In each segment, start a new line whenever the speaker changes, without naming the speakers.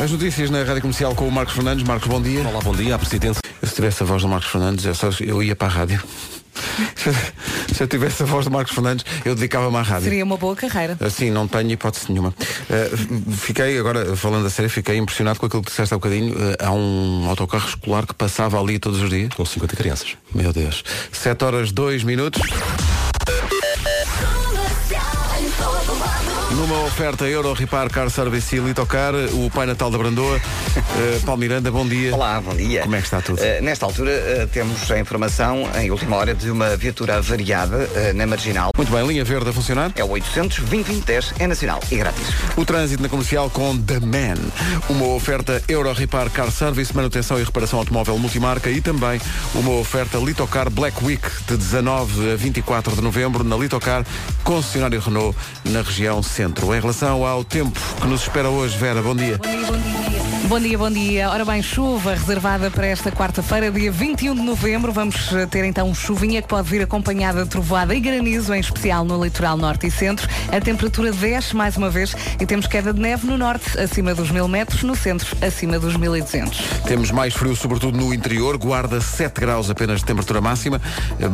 As notícias na Rádio Comercial com o Marcos Fernandes. Marcos, bom dia.
Olá, bom dia, à Presidência.
Eu, Se tivesse a voz do Marcos Fernandes, eu, só, eu ia para a rádio. Se, se eu tivesse a voz do Marcos Fernandes, eu dedicava-me à rádio.
Seria uma boa carreira.
Assim, não tenho hipótese nenhuma. Uh, fiquei, agora, falando a sério, fiquei impressionado com aquilo que disseste há bocadinho. Uh, há um autocarro escolar que passava ali todos os dias.
Com 50 crianças.
Meu Deus. 7 horas 2 minutos. Numa oferta Euro Repar Car Service e Litocar, o Pai Natal da Brandoa. Uh, Paulo Miranda, bom dia.
Olá, bom dia.
Como é que está tudo?
Eh, nesta altura eh, temos a informação, em última hora, de uma viatura avariada eh, na Marginal.
Muito bem, linha verde a funcionar.
É o 800 2010 é nacional e grátis.
O trânsito na comercial com The Man. Uma oferta Euro Repar Car Service, manutenção e reparação automóvel multimarca e também uma oferta Litocar Black Week de 19 a 24 de novembro na Litocar, concessionário Renault, na região centro. Em relação ao tempo que nos espera hoje, Vera, bom dia.
Bom dia, bom dia. Bom dia, bom dia. Ora bem, chuva reservada para esta quarta-feira, dia 21 de novembro. Vamos eh, ter então chuvinha que pode vir acompanhada de trovoada e granizo, em especial no litoral norte e centro. A temperatura desce mais uma vez e temos queda de neve no norte, acima dos 1000 metros, no centro, acima dos 1200.
Temos mais frio, sobretudo no interior. Guarda 7 graus apenas de temperatura máxima.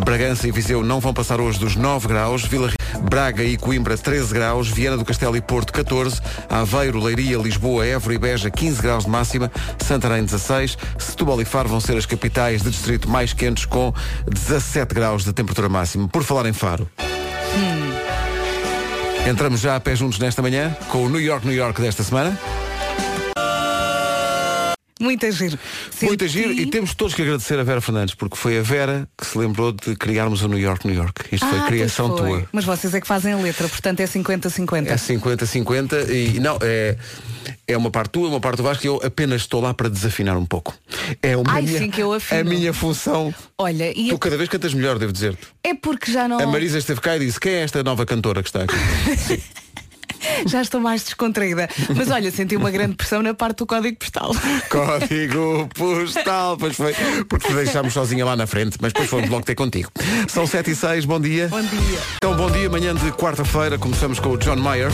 Bragança e Viseu não vão passar hoje dos 9 graus. Vila Re- Braga e Coimbra 13 graus. Viana do Castelo e Porto 14. Aveiro, Leiria, Lisboa, Évora e Beja 15 graus de máxima. Santarém 16. Setúbal e Faro vão ser as capitais de distrito mais quentes com 17 graus de temperatura máxima. Por falar em Faro. Entramos já a pé juntos nesta manhã com o New York, New York desta semana.
Muita giro.
Muito
Senti-
giro. E temos todos que agradecer a Vera Fernandes, porque foi a Vera que se lembrou de criarmos o New York, New York. Isto foi
Ah,
criação
pois foi.
tua.
Mas vocês é que fazem a letra, portanto é
É
50-50.
50-50 e não, é, é uma parte tua, uma parte do Vasco e eu apenas estou lá para desafinar um pouco. É uma
Ai,
minha,
sim, que eu afino.
a minha função.
Olha, e
Tu cada vez cantas melhor, devo dizer-te.
é porque já não.
A Marisa esteve cá e disse, quem é esta nova cantora que está aqui?
Já estou mais descontraída. Mas olha, senti uma grande pressão na parte do código postal.
Código postal, pois foi. Porque te deixámos sozinha lá na frente, mas depois fomos logo ter contigo. São 7 e 6, bom dia.
Bom dia.
Então, bom dia, manhã de quarta-feira começamos com o John Mayer.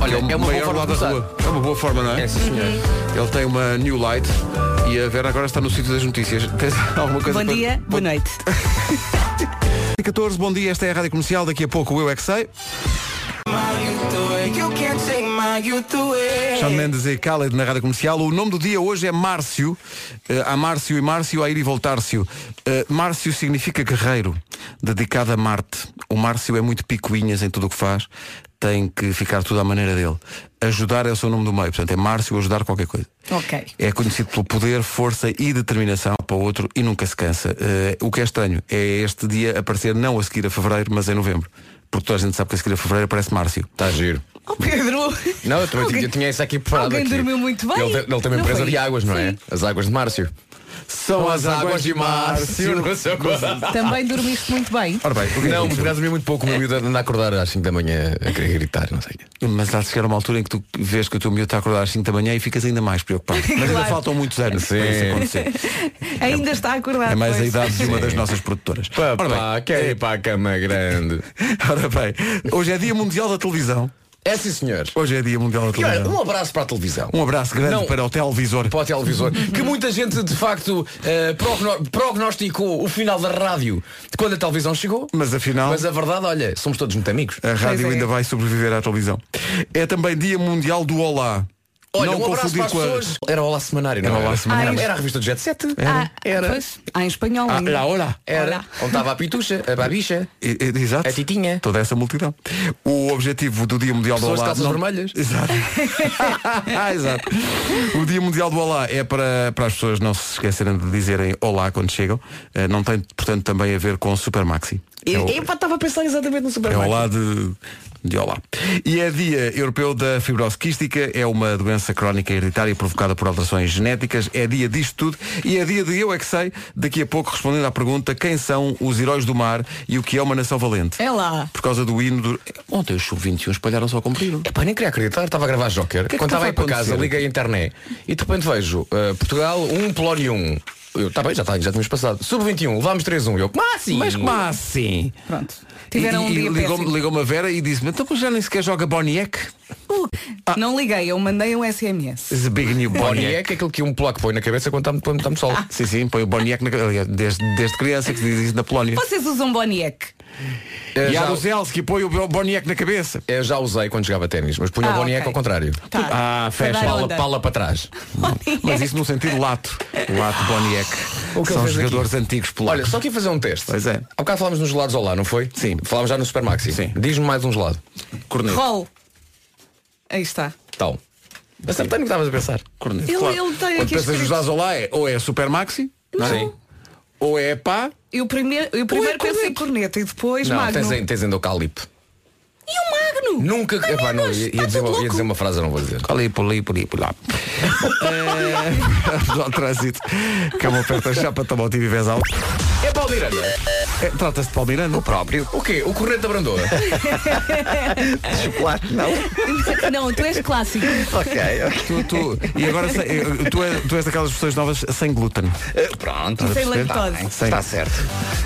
Olha,
que
é uma boa forma
lá
de
da
começar.
rua. É uma boa forma, não é?
Uhum.
Ele tem uma new light e a Vera agora está no sítio das notícias. Tens alguma coisa
Bom
para-
dia, boa noite.
14, bom dia, esta é a Rádio Comercial, daqui a pouco o Eu É Que Sei. Sean Mendes e Khaled na Rádio Comercial. O nome do dia hoje é Márcio. Eh, há Márcio e Márcio, a ir e voltar-se. Márcio significa guerreiro, dedicado a Marte. O Márcio é muito picuinhas em tudo o que faz. Tem que ficar tudo à maneira dele. Ajudar é o seu nome do meio, portanto é Márcio ajudar qualquer coisa.
Ok.
É conhecido pelo poder, força e determinação para o outro e nunca se cansa. Eh, o que é estranho é este dia aparecer não a seguir a fevereiro, mas em novembro. Porque toda a gente sabe que a seguir a fevereiro aparece Márcio.
Está giro.
Oh Pedro!
Não, eu também
Alguém-
tinha- eu tinha isso aqui preparado.
Alguém
aqui.
dormiu muito bem.
Ele, tem- ele tem uma
Não
empresa
foi?
de águas, não é?
Sim.
As águas de Márcio.
São as águas de Márcio.
não sei o quê.
Também dormiste muito bem.
Ora bem, o que é
Não,
isto?
por acaso dormi muito pouco. O meu miúdo anda a acordar às 5 da manhã a querer gritar, não sei o quê.
Mas há de chegar uma altura em que tu vês que o teu miúdo está a acordar às 5 da manhã e ficas ainda mais preocupado. Mas ainda
Claro.
faltam muitos anos para isso acontecer.
Ainda está acordado.
É mais a
Ah, pois.
idade de uma das nossas produtoras. Ora
Papá,
bem,
quer ir para a cama grande.
ora bem, hoje é Dia Mundial da Televisão.
É sim, senhor.
Hoje é Dia Mundial da
E olha,
Televisão.
um abraço para a televisão.
Um abraço grande
Não.
para o televisor.
para o televisor.
Uhum.
Que muita gente, de facto, eh, progno- prognosticou o final da rádio de quando a televisão chegou.
Mas afinal,
Mas a verdade, olha, somos todos muito amigos.
a rádio
é.
ainda vai sobreviver à televisão. É também Dia Mundial do Olá.
Olha,
Não
um abraço
confundir
para as
com a.
pessoas. Era Olá Semanário, não
Era
era?
Olá Semanário.
Era a revista do Jet 7.
Ah, pois, ah, em espanhol
Ah,
ainda.
lá, olá.
Era.
Olá.
Onde estava a pitucha, a babicha.
E- e- Exato.
A titinha.
Toda essa multidão. O objetivo do Dia Mundial
Pessoas de
do Olá.
calças vermelhas.
Exato. Ah, Exato. O Dia Mundial do Olá é para, para as pessoas não se esquecerem de dizerem olá quando chegam. Eh, Não tem, portanto, também a ver com Supermaxi. É o-
estava a pensar exatamente no
É
supermercado.
olá de, de olá. E é Dia Europeu da Fibrose Quística, é uma doença crónica hereditária provocada por alterações genéticas, é dia disto tudo e é dia de Eu É Que Sei, daqui a pouco respondendo à pergunta quem são os heróis do mar e o que é uma nação valente.
É lá.
Por causa do hino do... Ontem os sub-21 espalharam-se ao comprido.
Epá, nem queria acreditar, estava a gravar Joker.
que é que
Quando
estava
estava
a
aí para casa,
acontecer?
liguei a internet e de repente vejo eh, Portugal 1, Polónia 1. Eu, tá bem, já, tá, já tínhamos passado. Sub-21, levámos 3-1. Eu, como assim?
Mas como assim?
Pronto. Tiveram
e,
um
e
dia
ligou-me
péssimo.
ligou-me a Vera e disse-me, então mas já nem sequer joga Boniek.
Uh, Não liguei, eu mandei um SMS.
Zbigniew Boniek.
Boniek é aquele que um polaco põe na cabeça quando
tá,
está quando está muito sol.
Sim, sim, põe o Boniek na aliás, desde, desde criança que se diz isso na Polónia.
Vocês usam Boniek?
Eu
E a
É, já,
Luzelski põe o Boniek na cabeça.
eu já usei quando jogava ténis, mas punha
Ah,
o Boniek
ok.
ao contrário.
Tá.
Ah, fecha.
Para dar
Pala,
onda.
pala para trás.
Mas isso no sentido lato. Lato Boniek.
O que ele
São
fez
jogadores antigos
Olha,
polacos.
só aqui fazer um teste.
Pois é.
Há bocado falámos nos gelados ao lá, não foi?
Sim.
Falámos já no Supermaxi.
Sim.
Diz-me mais um gelado.
Corneto.
Roll. Aí está.
Tal. Acertei no que estavas a pensar.
Corneto,
Ele-
claro.
ele tem
Quando
aqui
pensas
escrito.
nos dados ao lá, é, ou é Super Maxi, não é?
Sim.
ou é pá,
Eu primeiro, eu primeiro
corneto.
pensei corneta e depois
Não,
Magno.
tens, em- tens endocalipto.
E o Magno?
Nunca. Epá, não,
mas
ia,
está
ia dizer
tudo
uma, ia
louco.
dizer uma frase, eu não vou dizer.
Ali, por ali, por ali, por lá. É, ao trânsito. Que é uma oferta chapa, toma o e vez alto.
É Paulo Miranda.
É, Trata-se de Palmeirano. O próprio.
O quê? O corrente da Brandoa.
Chocolate, não.
Não, tu és clássico.
ok, ok.
Tu, tu- e agora se- eh, tu, é- tu és daquelas pessoas novas sem glúten.
Eh, Pronto.
E sem
Está
lactose.
bem,
Sem-
Está certo.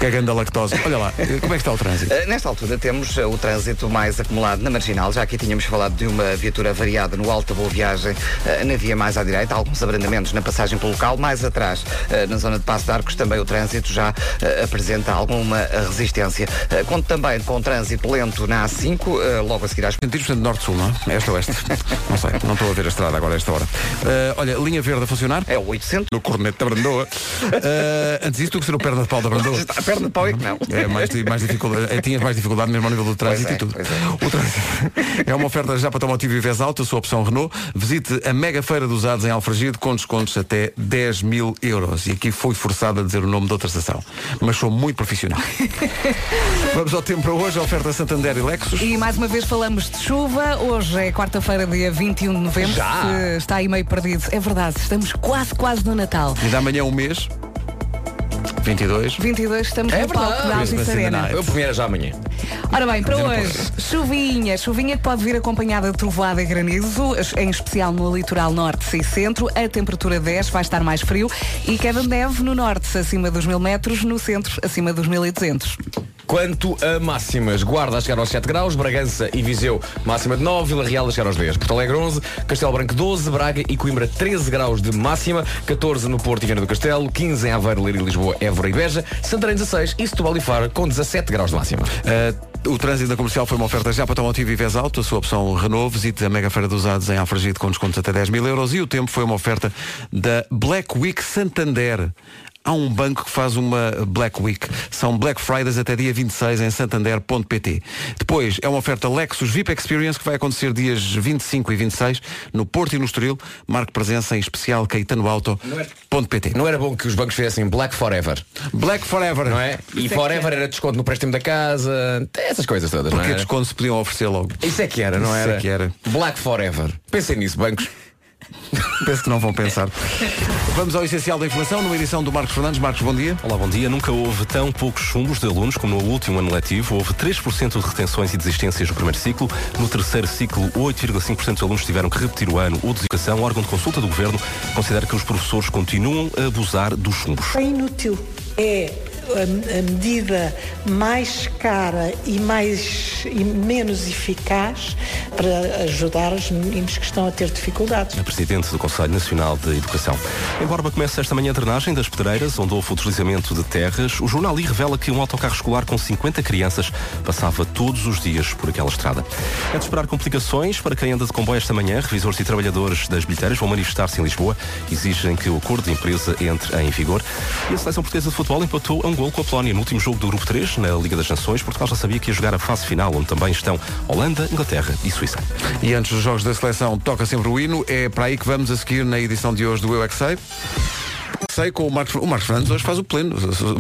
Cagando a lactose. Olha lá, eh, como é que está o trânsito?
Uh, Nesta altura temos uh, o trânsito mais acumulado na marginal. Já aqui tínhamos falado de uma viatura variada no Alta Boa Viagem, uh, na via mais à direita, alguns abrandamentos na passagem pelo local. Mais atrás, uh, na zona de Passo de Arcos, também o trânsito já uh, apresenta alguma uh, resistência. Uh, Conto também com trânsito lento na A5, uh, logo a seguir às.
Sentidos, portanto, norte-sul, não é? Este oeste. Não sei, não estou a ver a estrada agora a esta hora. Eh, olha, linha verde a funcionar.
É o 800.
No corneto da Brandoa. Eh, antes disso, tu que ser o perna de pau da Brandoa.
Está, A perna de pau é que não.
É, mais, mais dificuldade, eh, tinhas mais dificuldade mesmo ao nível do trânsito
Pois é,
e tudo.
pois
O trânsito é uma oferta já para tomar o TV Vez Alto, a sua opção Renault. Visite a mega feira dos usados em Alfragide com descontos até 10 mil euros. E aqui fui forçado a dizer o nome de outra estação. Mas sou muito profissional. Vamos ao tempo para hoje, a oferta Santander e Lexus.
E mais uma vez falamos de chuva. Hoje é quarta-feira, dia 21 de novembro.
Já?
Se está aí meio perdido. É verdade, estamos quase, quase no Natal.
E da manhã um mês. 22.
22 estamos
É
no palco
verdade.
da Alves
Christmas in the
Arena.
night.
Eu primeiro já amanhã.
Ora bem, para hoje, chuvinha, chuvinha que pode vir acompanhada de trovoada e granizo, em especial no litoral norte e centro. A temperatura 10 vai estar mais frio e queda de neve no norte, acima dos 1000 metros, no centro, acima dos 1200.
Quanto a máximas, Guarda a chegar aos 7 graus, Bragança e Viseu máxima de 9, Vila Real a chegar aos 10, Porto Alegre 11, Castelo Branco 12, Braga e Coimbra 13 graus de máxima, 14 no Porto e Viana do Castelo, 15 em Aveiro, Leiria e Lisboa, Évora e Beja, Santarém 16 e Setúbal e Faro com 17 graus de máxima.
Uh, o trânsito da comercial foi uma oferta já para Tomotivo e Vez Alto, a sua opção Renault. Visite a Mega Feira dos Usados em Alfragide com descontos até 10 mil euros. E o tempo foi uma oferta da Black Week Santander. Há um banco que faz uma Black Week. São Black Fridays até dia 26 em santander.pt. Depois é uma oferta Lexus VIP Experience que vai acontecer dias 25 e 26 no Porto e no Estoril. Marque presença em especial caetanoauto.pt.
Não era bom que os bancos fizessem Black Forever,
Black Forever.
não é? E Forever era desconto no préstimo da casa, essas coisas todas, não
Porque
é?
desconto se podiam oferecer logo.
Isso é que era, não
Isso
era?
é que era.
Black Forever. Pensem nisso, bancos.
Penso que não vão pensar. Vamos ao essencial da informação, numa edição do Marcos Fernandes. Marcos, bom dia.
Olá, bom dia. Nunca houve tão poucos chumbos de alunos como no último ano letivo. Houve 3% de retenções e desistências no primeiro ciclo. No terceiro ciclo, 8,5% dos alunos tiveram que repetir o ano. O Deseducação, órgão de consulta do Governo, considera que os professores continuam a abusar dos chumbos.
É inútil. É a, a medida mais cara e, mais, e menos eficaz para ajudar os meninos que estão a ter dificuldades.
a Presidente do Conselho Nacional de Educação. Em Borba começa esta manhã a drenagem das Pedreiras, onde houve o deslizamento de terras. O jornal I revela que um autocarro escolar com 50 crianças passava todos os dias por aquela estrada. É de esperar complicações para quem anda de comboio esta manhã. Revisores e trabalhadores das bilheteiras vão manifestar-se em Lisboa. Exigem que o acordo de empresa entre em vigor. E a seleção portuguesa de futebol empatou a um gol com a Polónia no último jogo do Grupo 3, na Liga das Nações. Portugal já sabia que ia jogar a fase final, onde também estão Holanda, Inglaterra e Suíça.
E antes dos jogos da seleção, toca sempre o hino. É para aí que vamos a seguir na edição de hoje do Eu é Que Sei. Sei com o Marcos, o Marcos Fernandes hoje faz o pleno,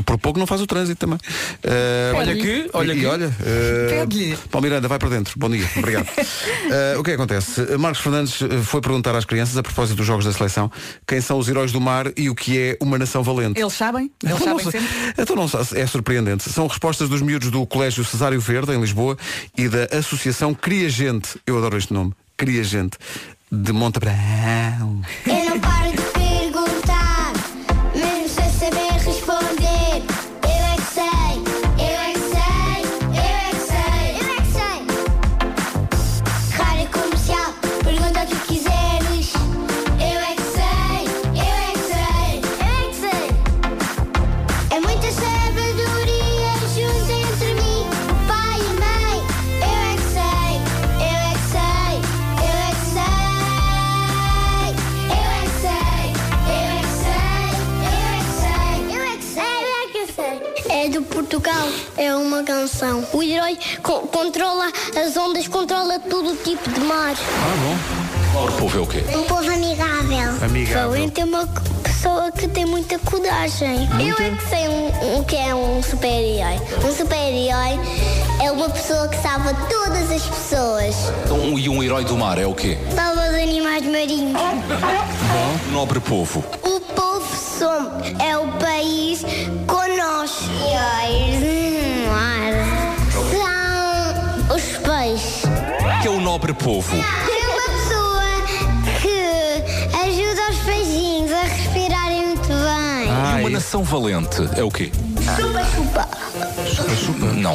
por pouco não faz o trânsito também. Eh,
Olha
e-
que, olha
e
que.
olha. eh,
Pede-lhe.
Paulo Miranda, vai para dentro. Bom dia, obrigado. Eh, o que é que acontece? Eh, Marcos Fernandes eh, foi perguntar às crianças, a propósito dos jogos da seleção, quem são os heróis do mar e o que é uma nação valente.
Eles sabem? Eles
Então não
sabem
sei.
sempre?
Então não sei, é surpreendente. São respostas dos miúdos do Colégio Cesário Verde, em Lisboa, e da Associação Cria Gente. Eu adoro este nome. Cria Gente. De Montabrão.
Eu não paro de perguntar, mesmo sem saber responder. Eu é que sei, eu é que sei, eu é que é sei, eu é que sei. Rádio comercial. é É é de Portugal. É uma canção. O herói co- controla as ondas, controla todo o tipo de mar.
O povo é o quê?
Um povo amigável.
Amigável.
Valente é uma c- pessoa que tem muita coragem. Eu é que sei um, um que é um super-herói. Um super-herói é uma pessoa que salva todas as pessoas.
Então, e um herói do mar é o quê? Um
Salva os animais marinhos.
Nobre povo.
O povo somos é o país conosco. Heróis no mar são os peixes.
O que é o nobre povo?
É uma pessoa que ajuda os peixinhos a respirarem muito bem.
E uma nação valente é o quê?
Chupa, chupa.
Não.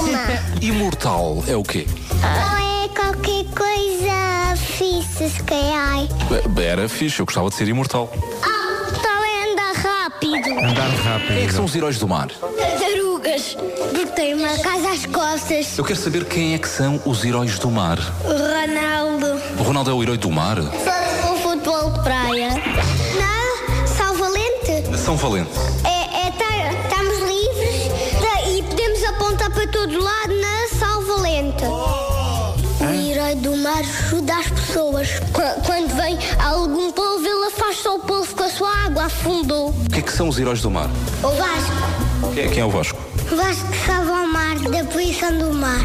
Uma.
Imortal é o quê?
Não é qualquer coisa fixe, se calhar.
Eh, Era fixe, eu gostava de ser imortal.
Ah, também anda rápido.
Andar
Quem é que
rápido.
são os heróis do mar?
Tartarugas, porque tem uma casa às costas.
Eu quero saber quem é que são os heróis do mar.
O Ronaldo.
O Ronaldo é o herói do mar?
O futebol de praia. Não, São Valente.
Nação valente.
É, é, tá- estamos livres tá- e podemos apontar para todo lado na São Valente. O herói do mar ajuda as pessoas. Qu- Quando vem algum polvo, ele afasta o polvo com a sua água, afundou.
O que é que são os heróis do mar?
O Vasco.
Quem é, quem é o Vasco?
O Vasco salva o mar da poluição do mar.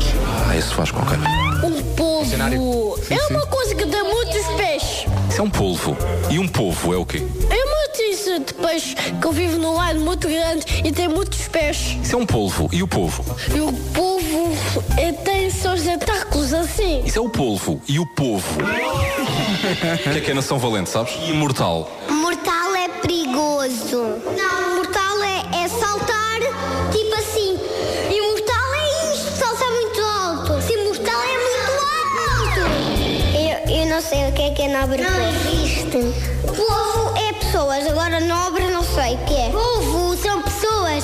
Ah, esse Vasco, ok.
Um polvo. É uma coisa que dá muitos peixes.
Isso é um polvo. E um povo é o quê?
É muito isso de peixe que eu vivo num lago muito grande e tem muitos peixes.
Isso é um polvo. E o povo?
E o povo eh, tem seus tentáculos assim.
Isso é o polvo. E o povo? O que é que é nação valente, sabes? E imortal.
Mortal é perigoso. Não, mortal é, saltar tipo assim. Imortal é isto, saltar muito alto. Se mortal é muito alto. Eu, eu não sei o que é que é nobre não existe. Povo é pessoas, agora nobre não sei o que é. Povo são pessoas,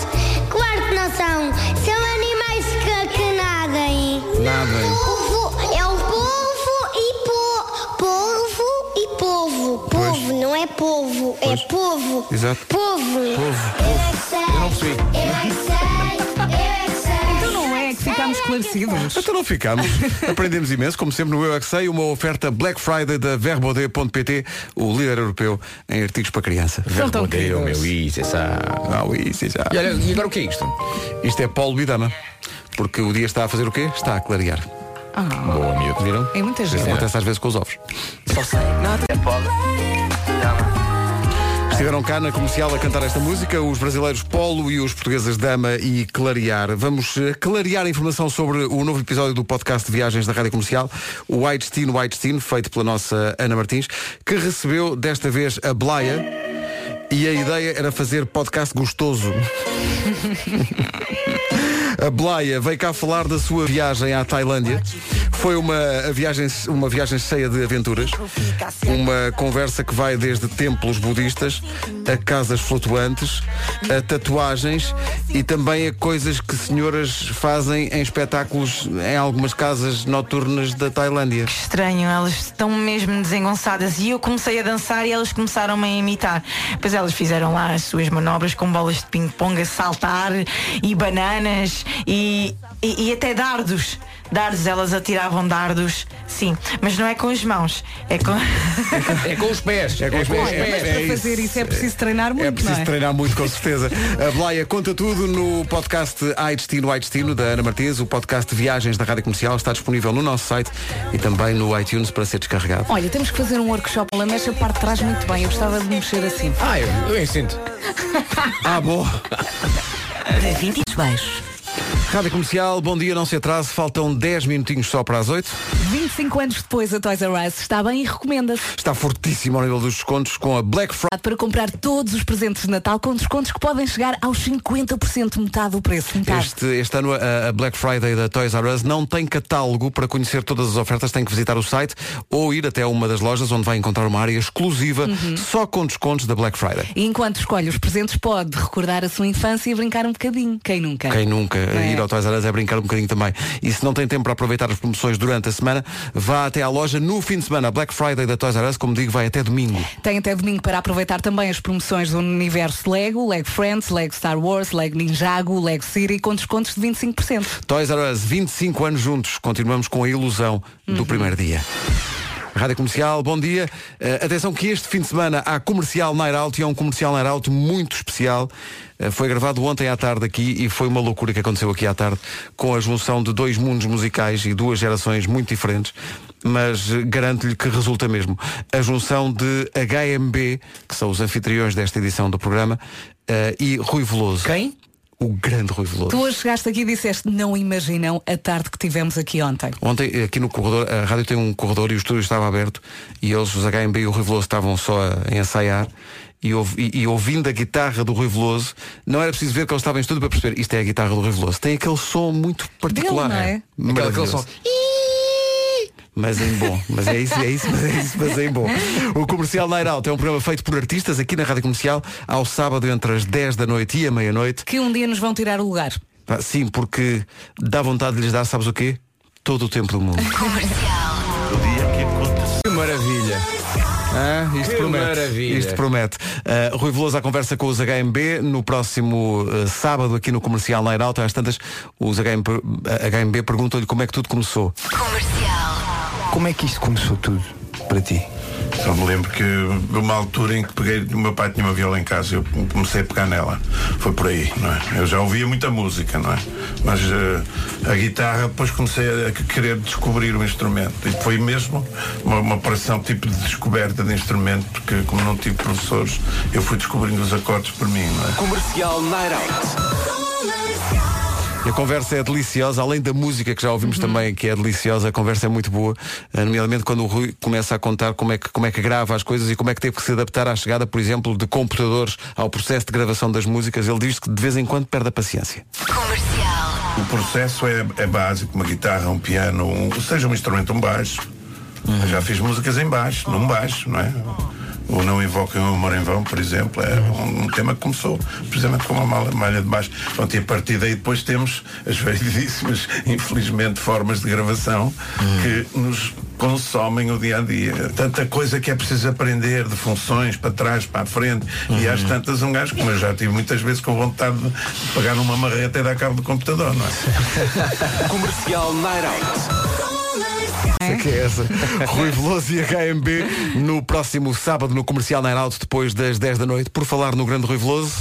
claro que não são. São animais que, que nadem.
Nadem.
Povo é um povo e po, povo e povo. Povo não é povo, é povo.
Exato.
Povo.
Povo.
Eu não percebi.
Então não é que ficámos esclarecidos.
Então não ficámos. Aprendemos imenso, como sempre no Eu É Que Sei, uma oferta Black Friday da Verbode.pt, o líder europeu em artigos para criança. oh,
São tão
Deus,
queridos.
meu, isso, essa...
Ah, oui, sim, já.
E olha, e agora o que é isto?
Isto é Paulo Bidama, porque o dia está a fazer o quê? Está a clarear.
Ah,
Boa, miúdo. Viram?
É muita
Isso
gente.
acontece às vezes com os ovos. Estiveram cá na comercial a cantar esta música os brasileiros Polo e os portugueses Dama e Clarear. Vamos eh, clarear a informação sobre o novo episódio do podcast de viagens da Rádio Comercial, o White Steam, White Steam, feito pela nossa Ana Martins, que recebeu desta vez a Blaia e a ideia era fazer podcast gostoso. A Blaia veio cá falar da sua viagem à Tailândia. Foi uma a viagem, uma viagem cheia de aventuras. Uma conversa que vai desde templos budistas a casas flutuantes, a tatuagens e também a coisas que senhoras fazem em espetáculos em algumas casas noturnas da Tailândia.
Estranho, elas estão mesmo desengonçadas e eu comecei a dançar e elas começaram-me a imitar. Pois elas fizeram lá as suas manobras com bolas de ping-pong a saltar e bananas e, e, e até dardos. Dardos, elas atiravam dardos, sim, mas não é com as mãos, é com.
É com os pés. É com os
pés.
Mas
É
para
isso.
fazer isso é preciso treinar
É
muito, não
preciso
é?
treinar muito, com certeza. A Blaia conta tudo no podcast Ai Destino, Ai Destino, da Ana Martins. O podcast de viagens da Rádio Comercial está disponível no nosso site e também no iTunes para ser descarregado.
Olha, temos que fazer um workshop. Ela mexe a parte de trás muito bem. Eu gostava de mexer assim.
Ah, eu, eu sinto.
Ah, bom.
Beijos.
Rádio Comercial, bom dia, não se atrase. Faltam 10 minutinhos só para as 8.
25 anos depois, a Toys R Us está bem e recomenda-se
Está fortíssimo ao nível dos descontos com a Black Friday.
para comprar todos os presentes de Natal com descontos que podem chegar aos 50%, metade do preço. Metade.
Este, este ano a, a Black Friday da Toys R Us não tem catálogo para conhecer todas as ofertas, tem que visitar o site ou ir até uma das lojas onde vai encontrar uma área exclusiva
Uhum.
só com descontos da Black Friday.
E enquanto escolhe os presentes, pode recordar a sua infância e brincar um bocadinho. Quem nunca?
Quem nunca?
Não é?
Ir ir ao Toys R Us é brincar um bocadinho também. E se não tem tempo para aproveitar as promoções durante a semana, vá até à loja no fim de semana. A Black Friday da Toys R Us, como digo, vai até domingo.
Tem até domingo para aproveitar também as promoções do universo Lego, Lego Friends, Lego Star Wars, Lego Ninjago, Lego Siri com descontos de 25%.
Toys R Us, 25 anos juntos. Continuamos com a ilusão do primeiro dia. Rádio Comercial, bom dia. Eh, atenção que este fim de semana há comercial Night Out e é um comercial Night Out muito especial. Eh, foi gravado ontem à tarde aqui e foi uma loucura que aconteceu aqui à tarde com a junção de dois mundos musicais e duas gerações muito diferentes, mas eh, garanto-lhe que resulta mesmo. A junção de HMB, que são os anfitriões desta edição do programa, eh, e Rui Veloso. Quem? O grande Rui Veloso.
Tu hoje chegaste aqui e disseste, não imaginam a tarde que tivemos aqui ontem.
Ontem, eh, aqui no corredor, a rádio tem um corredor e o estúdio estava aberto e eles, os HMB e o Rui Veloso estavam só a ensaiar e, ouv- e- e ouvindo a guitarra do Rui Veloso, não era preciso ver que eles estavam em estúdio para perceber isto é a guitarra do Rui Veloso. Tem aquele som muito particular.
não é?
Maravilhoso.
Aquele- aquele som.
Mas em bom, mas é isso, é isso, mas é isso, mas é em bom. O Comercial Night Out é um programa feito por artistas aqui na Rádio Comercial, ao sábado entre as 10 da noite e a meia-noite.
Que um dia nos vão tirar o lugar.
Pá, Sim, porque dá vontade de lhes dar, sabes o quê? Todo o tempo do mundo.
Que maravilha.
Hã? isto
Que
promete.
maravilha.
Isto promete. Uh, Rui Veloso à conversa com os HMB no próximo uh, sábado aqui no Comercial Night Out. Às tantas, os HMB, HMB perguntam-lhe como é que tudo começou.
Como é que isto começou tudo para ti?
Só me lembro que de uma altura em que peguei, o meu pai tinha uma viola em casa e eu comecei a pegar nela. Foi por aí, não é? Eu já ouvia muita música, não é? Mas eh, a guitarra depois comecei a querer descobrir o instrumento. E foi mesmo uma, uma operação tipo de descoberta de instrumento, porque como não tive professores, eu fui descobrindo os acordes por mim, não é?
Comercial Night Out.
E a conversa é deliciosa, além da música que já ouvimos também, que é deliciosa, a conversa é muito boa, uh, nomeadamente quando o Rui começa a contar como é, que, como é que grava as coisas e como é que teve que se adaptar à chegada, por exemplo, de computadores ao processo de gravação das músicas. Ele diz que de vez em quando perde a paciência.
O processo é, é básico, uma guitarra, um piano, um- seja um instrumento, um baixo. Eu Já fiz músicas em baixo, num baixo, não é? O Não Invoquem o Amor em Vão, por exemplo, é um, um tema que começou precisamente com uma malha, malha de baixo. Pronto, e a partir daí depois temos as variedíssimas, infelizmente, formas de gravação que nos consomem o dia a dia. Tanta coisa que é preciso aprender, de funções para trás, para a frente, e às tantas um gajo, como eu já tive muitas vezes com vontade de pegar numa marreta e dar cabo do computador, não é?
Comercial Night Out.
Essa que é essa. Rui Veloso e HMB no próximo sábado no Comercial Night Out depois das 10 da noite. Por falar no grande Rui Veloso.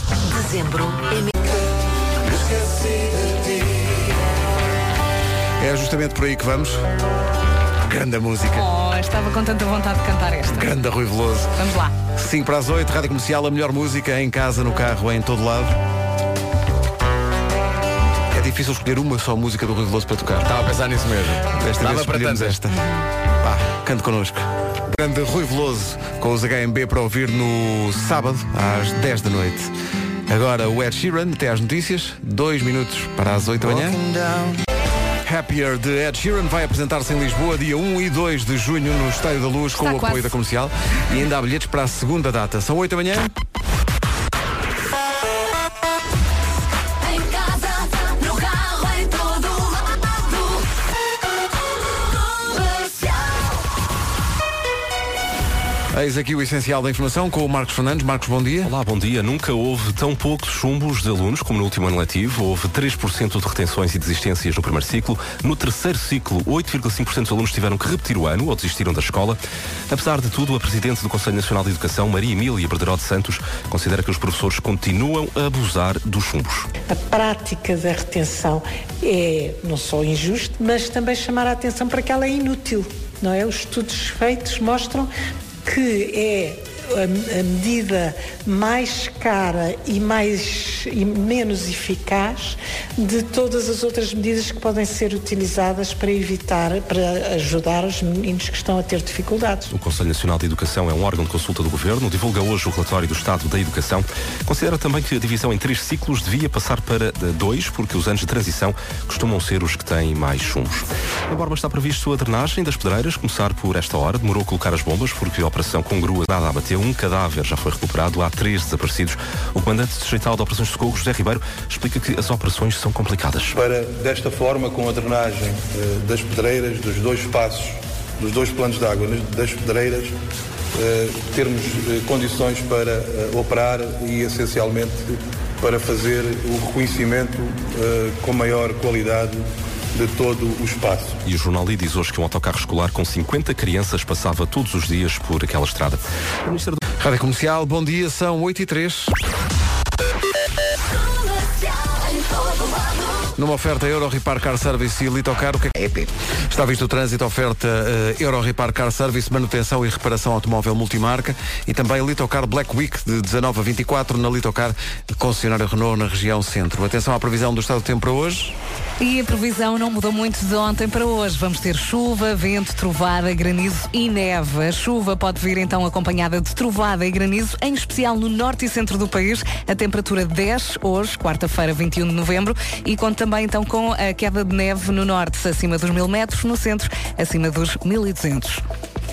É justamente por aí que vamos. Grande música.
Oh, estava com tanta vontade de cantar esta.
Grande Rui Veloso.
Vamos lá.
5 para as 8, Rádio Comercial, a melhor música em casa, no carro, em todo lado. É difícil escolher uma só música do Rui Veloso para tocar.
Estava a pensar nisso mesmo.
Desta
Dava
vez
para
escolhemos
tantas.
esta. Pá, cante connosco. Grande Rui Veloso com os HMB para ouvir no sábado às 10 da noite. Agora o Ed Sheeran até às notícias, dois minutos para as 8 da manhã.
é?
Happier de Ed Sheeran vai apresentar-se em Lisboa dia 1 e 2 de junho no Estádio da Luz com o apoio
quase.
da comercial e ainda há bilhetes para a segunda data. São 8 da manhã.
Em casa, no carro, em todo lado. Comercial.
Eis aqui o essencial da informação com o Marcos Fernandes. Marcos, bom dia.
Olá, bom dia. Nunca houve tão poucos chumbos de alunos como no último ano letivo. Houve 3% de retenções e desistências no primeiro ciclo. No terceiro ciclo, 8,5% dos alunos tiveram que repetir o ano ou desistiram da escola. Apesar de tudo, a Presidente do Conselho Nacional de Educação, Maria Emília Berderó de Santos, considera que os professores continuam a abusar dos chumbos.
A prática da retenção é não só injusta, mas também chamar a atenção para que ela é inútil, não é? Os estudos feitos mostram que é a, a medida mais cara e mais e menos eficaz de todas as outras medidas que podem ser utilizadas para evitar, para ajudar os meninos que estão a ter dificuldades.
O Conselho Nacional de Educação é um órgão de consulta do Governo, divulga hoje o relatório do Estado da Educação. Considera também que a divisão em três ciclos devia passar para eh, dois, porque os anos de transição costumam ser os que têm mais chumbos. Em Borba está previsto a drenagem das pedreiras, começar por esta hora. Demorou a colocar as bombas, porque a operação com grua nada abateu. um cadáver já foi recuperado, há três desaparecidos. O comandante distrital de Operações de Socorro, José Ribeiro, explica que as operações são complicadas.
Para, desta forma, com a drenagem eh, das pedreiras, dos dois espaços, dos dois planos de água nas- das pedreiras, eh, termos eh, condições para eh, operar e, essencialmente, para fazer o reconhecimento eh, com maior qualidade de todo o espaço.
E o jornal I diz hoje que um autocarro escolar com 50 crianças passava todos os dias por aquela estrada. O ministro do-
Rádio Comercial, bom dia, são 8 e 3. Numa oferta Euro Repar Car Service e Litocar, o que é que-
EP.
Está visto o trânsito, oferta eh, Euro Repar Car Service, manutenção e reparação automóvel multimarca e também Litocar Black Week de 19 a 24 na Litocar, concessionária Renault na região centro. Atenção à previsão do estado do tempo para hoje.
E a previsão não mudou muito de ontem para hoje. Vamos ter chuva, vento, trovada, granizo e neve. A chuva pode vir então acompanhada de trovada e granizo, em especial no norte e centro do país. A temperatura 10 hoje, quarta-feira, 21 de novembro, e conta também então com a queda de neve no norte, acima dos 1000 metros, no centro, acima dos 1200.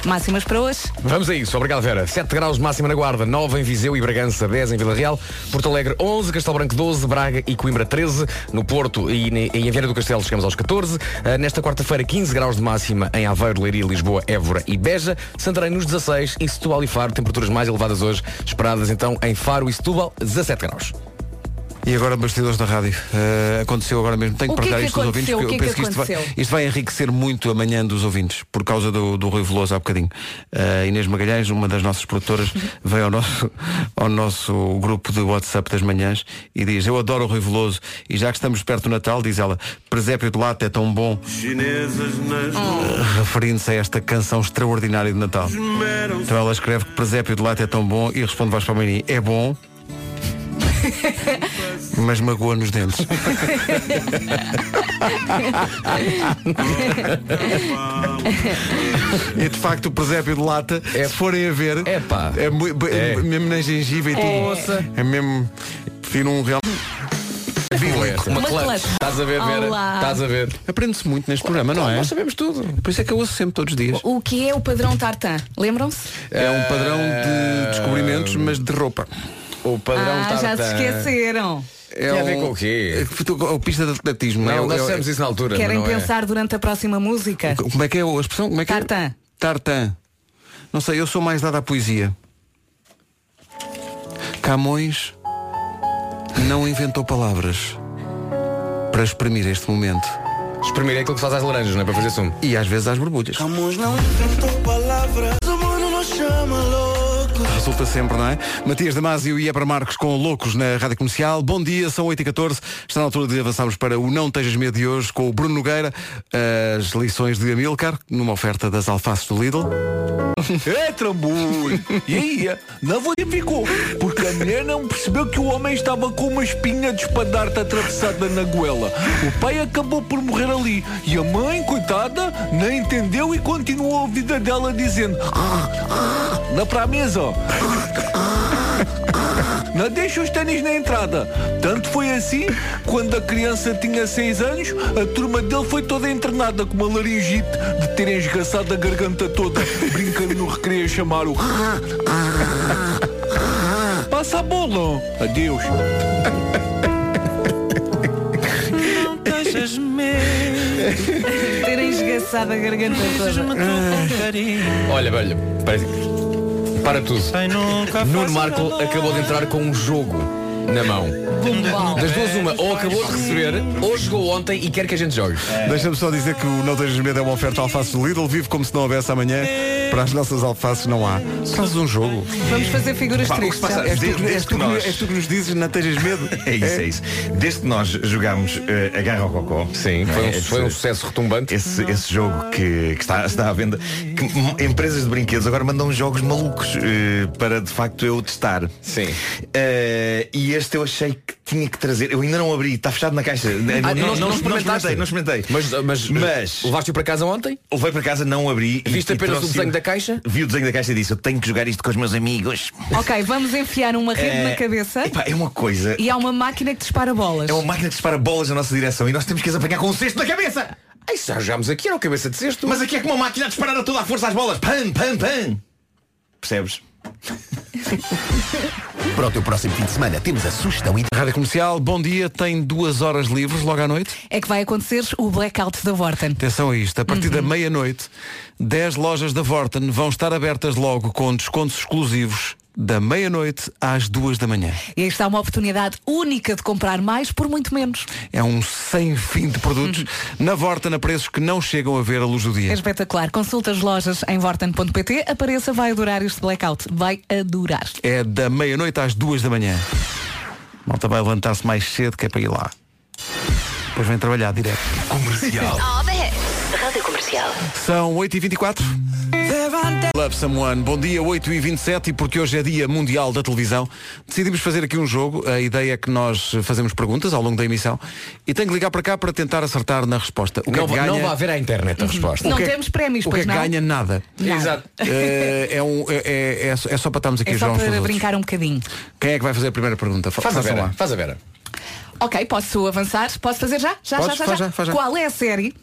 Máximas para hoje?
Vamos a isso, obrigado Vera. 7 graus de máxima na Guarda, 9 em Viseu e Bragança, 10 em Vila Real, Porto Alegre 11, Castelo Branco 12, Braga e Coimbra 13, no Porto e ne- em Viana do Castelo chegamos aos 14, Ah, nesta quarta-feira 15 graus de máxima em Aveiro, Leiria, Lisboa, Évora e Beja, Santarém nos 16 e Setúbal e Faro, temperaturas mais elevadas hoje, esperadas então em Faro e Setúbal, 17 graus.
E agora bastidores da rádio. Eh, aconteceu agora mesmo. Tenho
O
que
que é
partilhar
que
isto com os ouvintes,
aconteceu?
porque
O
eu
que é que
penso que isto vai,
aconteceu?
isto vai enriquecer muito amanhã dos ouvintes, por causa do, do Rui Veloso há bocadinho. Eh, Inês Magalhães, uma das nossas produtoras, veio ao nosso, ao nosso grupo de WhatsApp das manhãs e diz, eu adoro o Rui Veloso e já que estamos perto do Natal, diz ela, presépio de lata é tão bom, eh,
Chinesas nas
referindo-se a esta canção extraordinária de Natal. Então ela escreve que presépio de lata é tão bom e responde Vasco Palmeirinho, é bom, mas magoa nos dentes. E de facto o presépio de lata,
É-
se forem a ver,
É pá.
é, mui- b-
É.
mesmo na gengiva e tudo.
Poça.
É mesmo. Tira um real.
Esta.
Uma clutch.
Estás a ver, Vera?
Olá.
Estás a ver?
Aprende-se muito neste programa, não é?
Nós sabemos tudo.
Por isso é que eu ouço sempre todos os dias.
O que é o padrão tartan? Lembram-se?
É um padrão de descobrimentos, mas de roupa.
eh, O padrão
ah, já se
tartan.
esqueceram.
É
Tem a ver com o quê?
É pista de atletismo. é,
Não,
o-
nós
é o-
dissemos isso na altura.
Querem
mas não é.
pensar durante a próxima música?
Como é que é a expressão? Como é que é?
Tartan.
Tartan. Não sei, eu sou mais dado à poesia. Camões não inventou palavras para exprimir este momento.
Exprimir é aquilo que se faz às laranjas, não é? Para fazer sumo.
E às vezes às borbulhas. Resulta sempre, não é? Matias Damasio e é para Marcos com Loucos na Rádio Comercial. Bom dia, são 8h14. Está na altura de avançarmos para o Não Tejas Medo de hoje com o Bruno Nogueira. As lições de Amilcar, numa oferta das alfaces do Lidl.
É, trambolho! é? Ia, não vou ficou. Porque a mulher não percebeu que o homem estava com uma espinha de espadarte atravessada na goela. O pai acabou por morrer ali. E a mãe, coitada, não entendeu e continuou a vida dela dizendo: "Ah, ah, Dá para a mesa! Não deixa os ténis na entrada. Tanto foi assim, quando a criança tinha 6 anos, a turma dele foi toda internada com uma laringite de terem esgaçado a garganta toda, brincando no recreio a chamar o. Passa a bola. Adeus.
Terem esgaçado a garganta toda. Ah.
Olha, velho, parece... para tudo. Nuno Marco acabou de entrar com um jogo na mão.
Bombal.
Das duas, uma, ou acabou de receber, ou jogou ontem e quer que a gente jogue. Tá
Deixa-me só dizer que o Não Tejas Medo é uma oferta alface do Lidl. Vive como se não houvesse amanhã. Para as nossas alfaces não há. Só Fazes um jogo.
Vamos fazer figuras
Pá, o que
tristes.
se passa-
És é
Desde-
tu, que- és
desde
tu que-
que nós-
és tu que nos dizes Não Tejas Medo.
É isso, é, isso. Desde que nós jogámos eh, a Garra ao Cocó.
Sim,
não
foi
é?
um,
Esse-
foi um sucesso retumbante.
Esse, esse jogo que, que está, está à venda, que m- empresas de brinquedos agora mandam jogos malucos eh, para de facto eu testar.
Sim.
Eh, e este eu achei que tinha que trazer. Eu ainda não abri, está fechado na caixa. Eh,
Ah, não- não experimentaste?
experimentei, não experimentei.
Mas, mas,
Mas-
levaste-o para casa ontem?
Levei para casa, não abri. e-
Viste
e
apenas o
trouxe-o-
desenho da caixa?
Vi o desenho da caixa e disse, eu tenho que jogar isto com os meus amigos.
Ok, vamos enfiar uma rede
Eh,
na cabeça
epá, é uma coisa.
e há uma máquina que dispara bolas.
É
um-
uma máquina que dispara bolas na nossa direção e nós temos que as apanhar com um cesto na cabeça!
Ai, já jogámos aqui, era o cabeça de cesto.
Mas aqui é como uma máquina a disparar a toda a força às bolas. Pam, pam, pam. Percebes?
Para o teu próximo fim de semana temos a sugestão e
Rádio Comercial, bom dia, tem duas horas livres logo à noite.
É que vai acontecer o blackout da Vorten.
Atenção a isto, a partir da meia-noite, 10 lojas da Vorten vão estar abertas logo com descontos exclusivos da meia-noite às duas da manhã.
E aí está uma oportunidade única de comprar mais por muito menos.
É um sem fim de produtos na Vorten a preços que não chegam a ver a luz do
É
dia.
espetacular. Consulta as lojas em vorten.pt. Apareça, vai adorar este blackout. Vai adorar.
É da meia-noite às duas da manhã. Malta vai levantar-se mais cedo que é para ir lá. Depois vem trabalhar direto. Comercial.
Rádio Comercial.
São 8h24. Love Someone, bom dia 8h27 e porque hoje é dia mundial da televisão, decidimos fazer aqui um jogo. A ideia é que nós fazemos perguntas ao longo da emissão e tem que ligar para cá para tentar acertar na resposta. O que
Não
é que
va-
ganha...
não vai haver à internet a resposta.
O
Não
que é-
temos prémios,
o que é
pois
que
não?
ganha nada.
Nada. Exato.
Eh, é, um, é, é, é só- é só para estarmos aqui
É
já
só
uns com os
para
outros.
brincar um bocadinho.
Quem é que vai fazer a primeira pergunta? Fa-
Faz a
façam
Vera,
lá.
faz a Vera.
Ok, posso avançar? Posso fazer já? Já,
Podes,
já, já,
faz já, faz já.
Qual é a série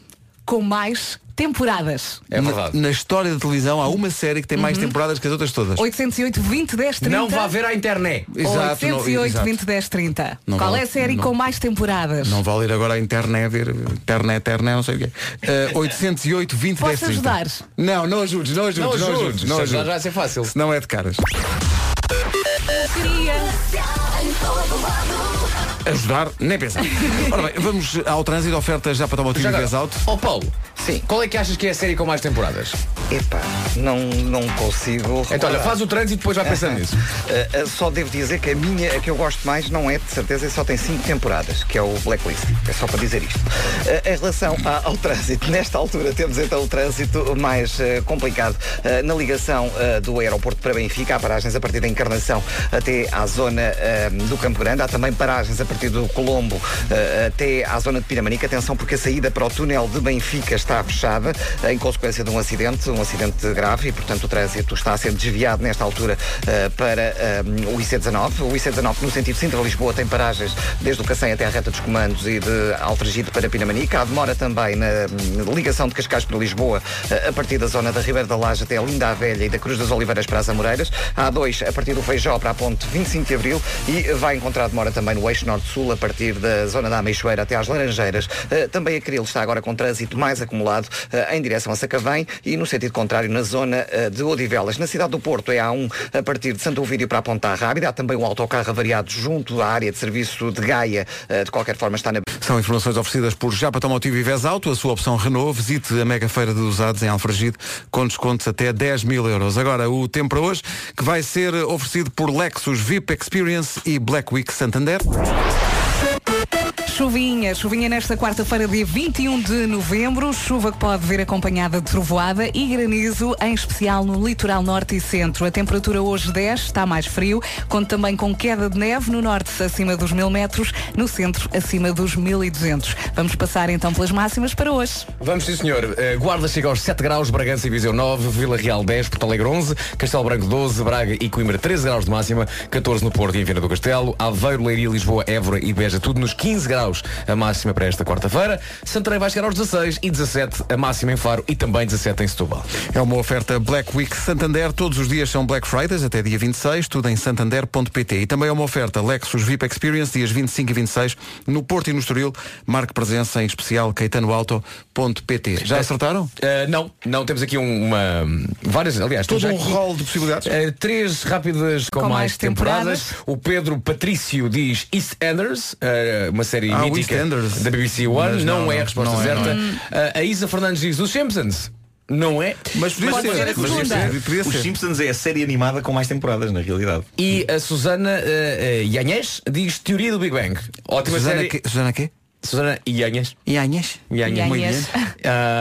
com mais temporadas?
É
Na- Na, história da televisão há uma série que tem mais
Uhum.
temporadas que as outras todas.
808 20 10 30
Não vá ver à internet. Exato, não-
808
exato.
20 10 30
Não
Qual
vale-
é a série
não.
com mais temporadas?
Não vale ir agora à internet, ver internet, internet, não sei o quê. Eh, 808 20
Posso
10 30.
ajudar?
Não, não ajudes, não ajudes,
Não
não
ajudes,
ajudes. Não
se
ajudes.
ajudar já vai ser fácil.
Senão é de caras. Ajudar, nem pensar. Ora bem, vamos ao trânsito, oferta já para tomar o tiro de gás alto.
Ó Oh, Paulo, Sim. qual é que achas que é a série com mais temporadas?
É
Epá, não, não consigo.
Então, olha, faz o trânsito e depois vai pensando nisso.
Uh, uh, só devo dizer que a minha, a que eu gosto mais, não é de certeza, e só tem cinco temporadas, que é o Blacklist. É só para dizer isto. Uh, em relação a- ao trânsito, nesta altura temos então o trânsito mais uh, complicado uh, na ligação uh, do aeroporto para Benfica. Há paragens a partir da Encarnação até à zona uh, do Campo Grande. Há também paragens a partir do Colombo uh, até à zona de Piramanica. Atenção, porque a saída para o túnel de Benfica está fechada uh, em consequência de um acidente, um acidente grave, e portanto o trânsito está a ser desviado nesta altura uh, para um, o IC19. O IC19 no sentido Sintra-Lisboa tem paragens desde o Cacém até à reta dos comandos e de Alfragide para Pinamanica. Há demora também na hum, ligação de Cascais para Lisboa uh, a partir da zona da Ribeira da Laje até a Linda à Velha e da Cruz das Oliveiras para as Amoreiras. Há dois a partir do Feijó para a ponte 25 de Abril e vai encontrar demora também no eixo Norte-Sul a partir da zona da Ameixoeira até às Laranjeiras. Uh, também a Cril está agora com trânsito mais acumulado uh, em direção a Sacavém e no sentido contrário na zona uh, de Odivelas. Na cidade do Porto é a A1 a partir de Santo Ovídio para a Ponta Rábida. Há também um autocarro avariado junto à área de serviço de Gaia. Uh, de qualquer forma está na...
São informações oferecidas por Japa Automotivo e Vez Auto, a sua opção Renault. Visite a mega feira de usados em Alfragide, com descontos até 10 mil euros. Agora, o tempo para hoje, que vai ser oferecido por Lexus VIP Experience e Black Week Santander.
Chuvinha, chuvinha nesta quarta-feira, dia 21 de novembro. Chuva que pode vir acompanhada de trovoada e granizo, em especial no litoral norte e centro. A temperatura hoje 10, está mais frio, conta também com queda de neve no norte acima dos 1000 metros, no centro acima dos 1200. Vamos passar então pelas máximas para hoje.
Vamos sim, senhor. Eh, Guarda chega aos 7 graus, Bragança e Viseu 9, Vila Real 10, Porto Alegre 11, Castelo Branco 12, Braga e Coimbra 13 graus de máxima, 14 no Porto e em Viana do Castelo, Aveiro, Leiria, Lisboa, Évora e Beja, tudo nos 15 graus a máxima para esta quarta-feira. Santarém vai chegar aos 16 e 17 a máxima em Faro e também 17 em Setúbal.
É uma oferta Black Week Santander. Todos os dias são Black Fridays, até dia 26, tudo em santander.pt. E também é uma oferta Lexus VIP Experience, dias 25 e 26, no Porto e no Estoril. Marque presença, em especial caetanoauto.pt. Já acertaram?
Eh, não, não, temos aqui um- uma. Várias, aliás,
Todo um
rol
de possibilidades.
Eh, três rápidas com,
Com
mais,
mais
temporadas.
temporadas.
O Pedro Patrício diz EastEnders, eh, uma série
Ah, o
mítica
EastEnders.
da BBC One.
Mas
Não,
não,
é a
não,
resposta
não é,
certa.
não
Eh, a Isa Fernandes diz Os Simpsons. Não é? Mas
Podia ser,
a
mas podia
segunda.
ser. Os Simpsons é a série animada com mais temporadas, na realidade.
E a Susana uh, Yanhas diz Teoria do Big Bang. Ótima
Susana
série.
quê?
Susana quê?
Susana Yanhas.
Yanhas.
Yanhas. Muito
Yanhas.
bem.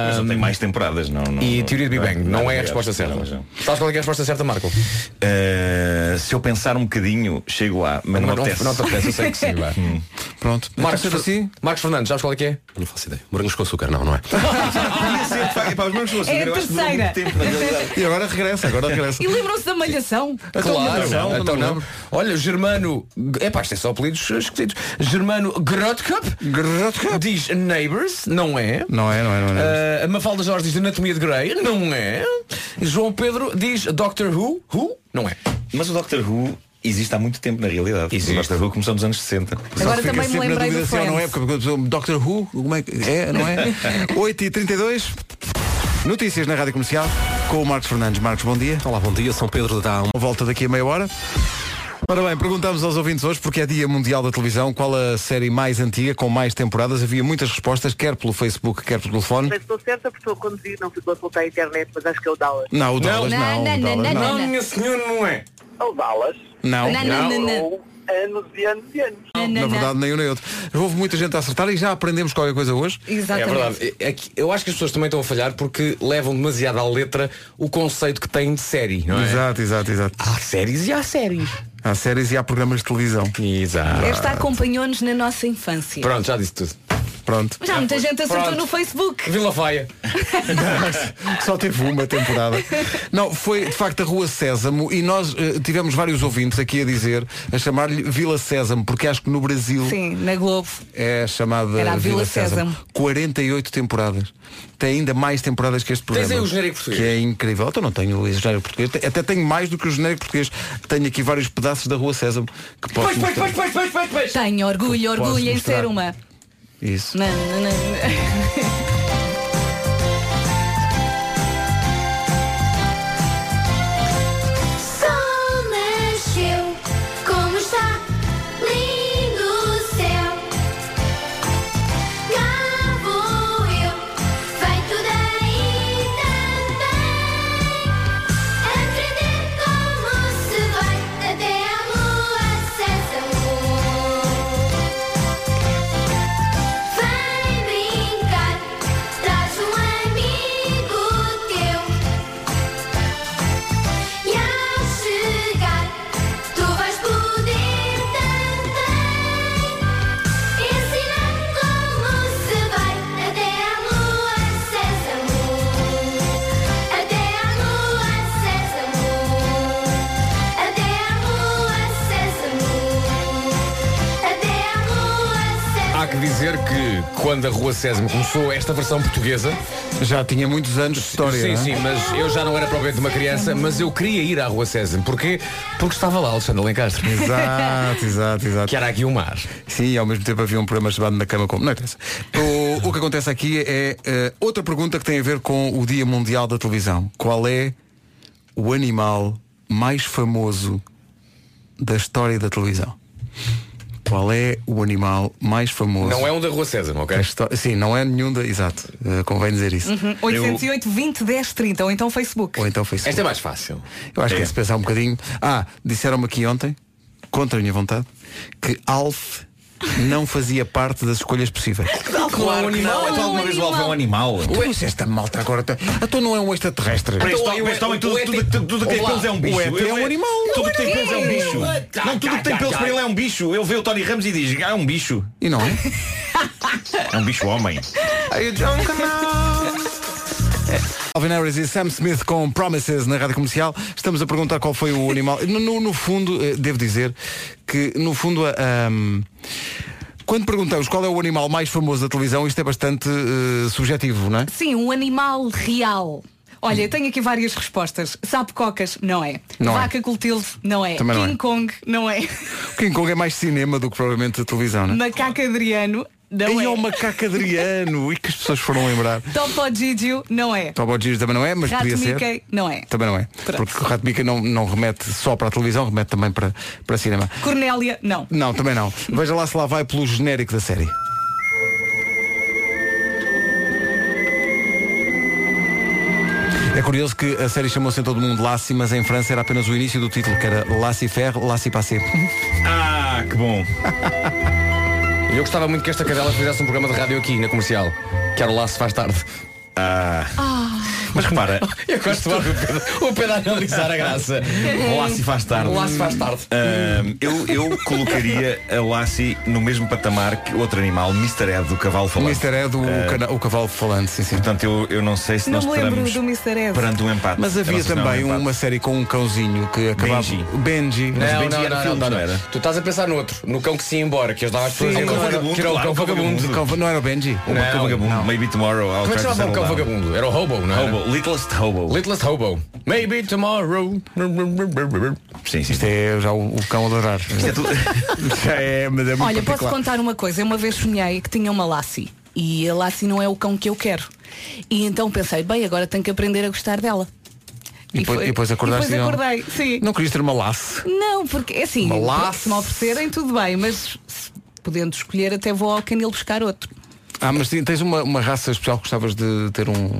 Mas não tem mais temporadas, não. não
E
não-
Teoria do Big Bang. Não, é a
obrigado.
resposta certa.
Não, não.
Sabes qual é que é a resposta certa, Marco?
Eh, se eu pensar um bocadinho, chego lá, mas não,
Mas não-
apetece.
não te apetece, eu sei que sim, vá.
Hum.
Pronto. Então, assim,
Marcos, Marcos Fernandes, sabes qual é que é?
Não faço ideia. Morangos com açúcar, não, não é?
É a terceira.
E agora regressa, agora regressa.
E lembram-se da malhação?
Claro,
não,
então
não.
não. Olha, o Germano. Epá, isto é só apelidos esquisitos. Germano Grotkup. Diz Neighbors, não é?
Não é, não é, não é.
Ah, a Mafalda Jorge diz Anatomia de Grey, não é? João Pedro diz Doctor Who, Who, não é?
Mas o Doctor Who existe há muito tempo, na realidade. O Doctor Who começou nos anos 60.
Só que fica sempre na dúvida se é ou não é, porque a pessoa, Doctor Who, como é que é, não é? 8 e 32 Notícias na Rádio Comercial com o Marcos Fernandes. Marcos, bom dia.
Olá, bom dia. São Pedro dá
uma volta daqui a meia hora. Ora bem, perguntamos aos ouvintes hoje, porque é Dia Mundial da Televisão, qual a série mais antiga, com mais temporadas? Havia muitas respostas, quer pelo Facebook, quer pelo telefone.
Mas estou certa porque estou a conduzir, não ficou a soltar a internet, mas acho que é o Dallas.
Não, o Dallas não.
não,
o Dallas
não,
não.
não.
minha senhora, não é.
É o Dallas.
Não.
Não, não, não, não. Anos e É anos e anos.
Na verdade, nem um nem outro. Houve muita gente a acertar e já aprendemos qualquer coisa hoje.
É verdade. É que eu acho que as pessoas também estão a falhar porque levam demasiado à letra o conceito que têm de série, não é?
Exato, exato, exato.
Há séries e há séries.
Há séries e há programas de televisão.
Exato.
Esta é acompanhou-nos na nossa infância.
então. Pronto, já disse tudo.
Pronto.
Já muita gente acertou
Pronto.
no Facebook.
Vila Faia.
Só teve uma temporada. Não, foi de facto a Rua Sésamo e nós eh, tivemos vários ouvintes aqui a dizer, a chamar-lhe Vila Sésamo, porque acho que no Brasil
Sim, na Globo.
é chamada
Era a Vila Sésamo.
48 temporadas. Tem ainda mais temporadas que este
Tens
programa.
aí o genérico português?
Que é incrível. Então não tenho o genérico português. Te- Até tenho mais do que o genérico português. Tenho aqui vários pedaços da Rua Sésamo que posso mostrar.
Tenho orgulho,
Posso
orgulho em
mostrar?
ser uma.
Isso.
Não, não, não.
Sol nasceu, como está lindo o céu. Cá vou eu, feito daí também. Aprender como se vai até a lua cessa Vem brincar, traz um amigo teu. E ao chegar, tu vais poder também ensinar como se vai até a lua cessa Até a lua cessa Até a lua cessa Até a lua cessa
Há que dizer que quando a Rua Sésamo começou esta versão portuguesa
Já tinha muitos anos de história.
Sim,
não é?
sim, mas eu já não era propriamente uma criança Mas eu queria ir à Rua Sésamo Porquê? Porque estava lá Alexandre Lencastre
Exato, exato, exato.
Que era aqui o mar
Sim, e ao mesmo tempo havia um programa chamado Na Cama Como. Não interessa. O, o que acontece aqui é eh, outra pergunta que tem a ver com o Dia Mundial da Televisão. Qual é o animal mais famoso da história da televisão? Qual é o animal mais famoso?
Não é um da Rua Sésamo, ok?
da histó- Sim, não é nenhum da. Exato, eh, convém dizer isso.
Uhum. 808 20 10 30 ou então Facebook.
Ou então Facebook.
Esta é mais fácil
Eu acho que
É.
é se pensar um bocadinho. Ah, disseram-me aqui ontem, contra a minha vontade, que Alf não fazia parte das escolhas possíveis.
Claro que não.
Então alguma vez o Alf é um animal.
Tu és esta malta agora. tá- Então não é um extraterrestre.
Para este homem, este homem, tudo tudo- tudo- tudo que tem pelos é um bicho.
O ET é um animal.
Tudo que tem
Não é
pelos é um
ninguém.
bicho. Não, tudo que tem pelos para ele é um bicho. Ele vê o Tony Ramos e diz, ah, é um bicho.
E não é?
É um bicho homem. é um
Alvin Harris e Sam Smith com Promises na rádio comercial. Estamos a perguntar qual foi o animal. No, no- no fundo, eh, devo dizer que, no fundo, a- ahm, quando perguntamos qual é o animal mais famoso da televisão, isto é bastante eh, subjetivo, não é?
Sim, um animal real. Olha, eu tenho aqui várias respostas. Sapococas, não é.
Hum. Não é.
Vaca Clotilde, não é.
Também não
King
é.
Kong, não é.
O King Kong é mais cinema do que provavelmente televisão, não é?
Macaco Adriano, não
Aí
é.
é o macaco Adriano e que as pessoas foram lembrar.
Topo Gigio, não é.
Tobo Giro também não é, mas
Rato
podia ser.
Mickey, não é.
Também não é. Porque o Rato Mickey não, não remete só para a televisão, remete também para, para cinema.
Cornélia, não.
Não, também não. Veja lá se lá vai pelo genérico da série. É curioso que a série chamou-se em todo o mundo Lassie, mas em França era apenas o início do título, que era Lassie Ferre, Lassie Passé.
Ah, que bom.
Eu gostava muito que esta cadela fizesse um programa de rádio aqui na comercial Que era o Laço Faz Tarde
Ah. Mas repara,
Eu gosto de ver o Pedro- o Pedro a analisar a graça
o Lassi faz tarde.
O Laço Faz Tarde
Ahm, Ah, eu, eu colocaria a Lassie no mesmo patamar que outro animal, Mr. Ed, do cavalo
O
falante. Ah,
Mr. Ed, o, cana- o cavalo falante, sim, sim.
Portanto, eu, eu não sei se
Não
nós
me lembro
estaremos
do Mr. Ed.
perante um empate.
Mas
Eu
havia
não sei se não é um
também
empate.
uma série com um cãozinho que acabava.
Benji. Benji
Não,
Benji.
não,
era
não,
filme, não
não, não.
era?
Tu estás a pensar no outro, no cão que se ia embora, que ajudava as pessoas
Sim,
a
o cão
embora,
vagabundo,
que era o
claro,
cão
o cão
vagabundo.
vagabundo.
Cão- Não era o Benji?
O
Não,
Cão Vagabundo,
não.
Maybe Tomorrow.
Como é que se chamava o cão vagabundo? Era o Hobo, não era?
Hobo, Littlest Hobo.
Littlest Hobo. Maybe tomorrow.
Sim, sim.
Isto é já o, o cão a ladrar.
Isto é tudo. já é, mas é muito
Olha, posso
particular.
contar uma coisa. Eu uma vez sonhei que tinha uma Lassie. E a Lassie não é o cão que eu quero. E então pensei, bem, agora tenho que aprender a gostar dela.
E, depois-
foi-
e depois acordaste
depois
não-
acordei, sim.
Não querias ter uma lace.
Não, porque é assim,
Uma Lassie.
se me oferecerem, tudo bem, mas se podendo escolher, até vou ao canil buscar outro.
Ah, mas tens uma, uma raça especial que gostavas de ter um.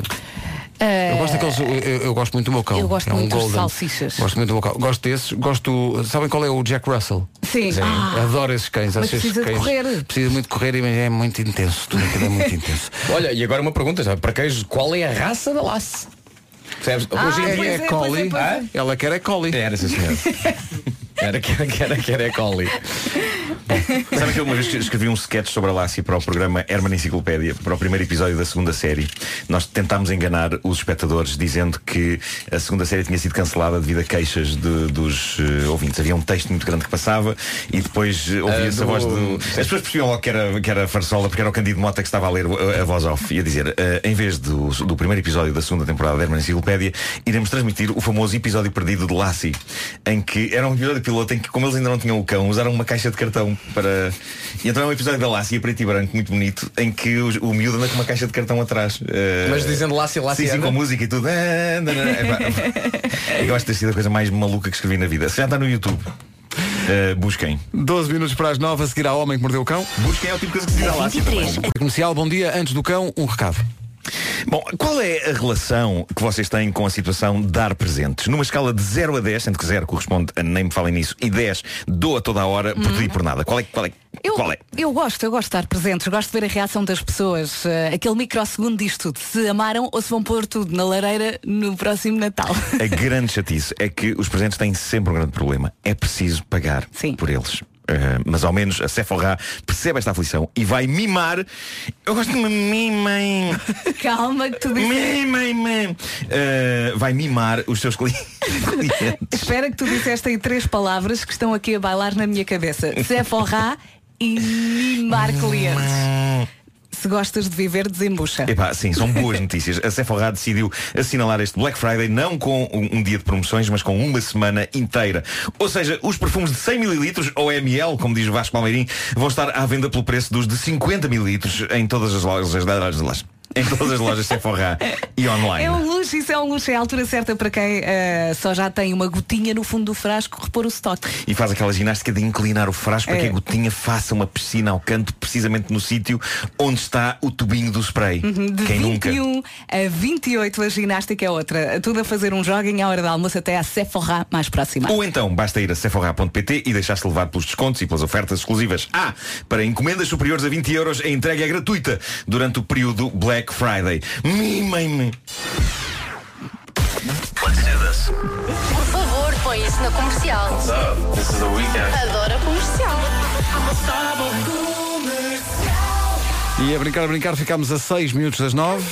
Eh,
Eu gosto daqueles. Eu, eu- eu gosto muito do meu cão.
Eu gosto
é um
muito dos
golden.
salsichas.
Gosto muito do meu cão. Gosto desses. Gosto. Sabem qual é o Jack Russell?
Sim. Ah.
Adoro esses cães.
Mas
acho esses
precisa de
cães-
correr.
Precisa muito de correr e é muito intenso. Tudo aquilo é muito intenso.
Olha, e agora uma pergunta já para queijo, qual é a raça da lace? Percebes?
Ah,
Hoje em
pois
dia
é, pois é, Collie. pois é. Ela quer é collie.
Era, sim, senhor. Era, quer, quer, quer é collie.
Sabe que eu uma vez escrevi um sketch sobre a Lassie para o programa Herman Enciclopédia, para o primeiro episódio da segunda série. Nós tentámos enganar os espectadores dizendo que a segunda série tinha sido cancelada devido a queixas de- dos eh, ouvintes. Havia um texto muito grande que passava e depois eh, ouvia-se
Ah,
a
do-
voz do. As pessoas percebiam logo que era, que era farsola porque era o Candido Mota que estava a ler a, a voz off e a dizer, eh, em vez do, do primeiro episódio da segunda temporada da Herman Enciclopédia, iremos transmitir o famoso episódio perdido de Lassie, em que era um episódio piloto em que, como eles ainda não tinham o cão, usaram uma caixa de cartão para. E então é um episódio da Lassie a preto e branco, muito bonito, em que os- o, miúdo anda com uma caixa de cartão atrás. eh,
Mas dizendo Lassie, Lassie é
Sim, sim,
anda?
com a música e tudo. Ah, não, não, é pá. Eu acho que ter sido a coisa mais maluca que escrevi na vida. Se já está no YouTube, eh, busquem.
12 minutos para as 9 a seguir ao Homem que Mordeu o Cão.
Busquem é o tipo de coisa que se diz à Lassie também.
Comercial, bom dia. Antes do cão, um recado.
Bom, qual é a relação que vocês têm com a situação de dar presentes? Numa escala de 0 a 10, sendo que 0 corresponde a nem me falem nisso, e 10 dou a toda a hora por pedir por nada. Qual é? Qual é?
Eu,
Qual é?
eu gosto, eu gosto de estar presentes, gosto de ver a reação das pessoas. eh, aquele microsegundo diz tudo. Se amaram ou se vão pôr tudo na lareira no próximo Natal.
A grande chatice é que os presentes têm sempre um grande problema. É preciso pagar por eles. Eh, mas ao menos a Sephora percebe esta aflição e vai mimar. Eu gosto de uma mimem.
Calma que tu disseste.
Mimem, mim. Eh, vai mimar os seus clientes.
Espera que tu disseste aí três palavras que estão aqui a bailar na minha cabeça. Sephora e mimar clientes. Se gostas de viver, desembucha.
Epá, sim, são boas notícias. A Sephora decidiu assinalar este Black Friday não com um, um dia de promoções, mas com uma semana inteira. Ou seja, os perfumes de 100 ml ou ml, como diz Vasco Palmeirim, vão estar à venda pelo preço dos de 50 ml em todas as lojas da- das- das- em todas as lojas Sephora e online.
É um luxo, isso é um luxo. É a altura certa para quem eh, só já tem uma gotinha no fundo do frasco repor o estoque.
E faz aquela ginástica de inclinar o frasco para
É.
que a gotinha faça uma piscina ao canto, precisamente no sítio onde está o tubinho do spray.
Uhum, De
Quem nunca?
21 a 28 a ginástica é outra. Tudo a fazer um joguinho à hora de almoço até à Sephora mais próxima.
Ou então basta ir a sephora.pt e deixar-se levar pelos descontos e pelas ofertas exclusivas. Ah, para encomendas superiores a 20 euros, a entrega é gratuita durante o período Black Friday. Mimem-me.
Por favor, põe isso na comercial. Adoro a comercial.
E a brincar, a brincar, ficámos a 6 minutos das 9.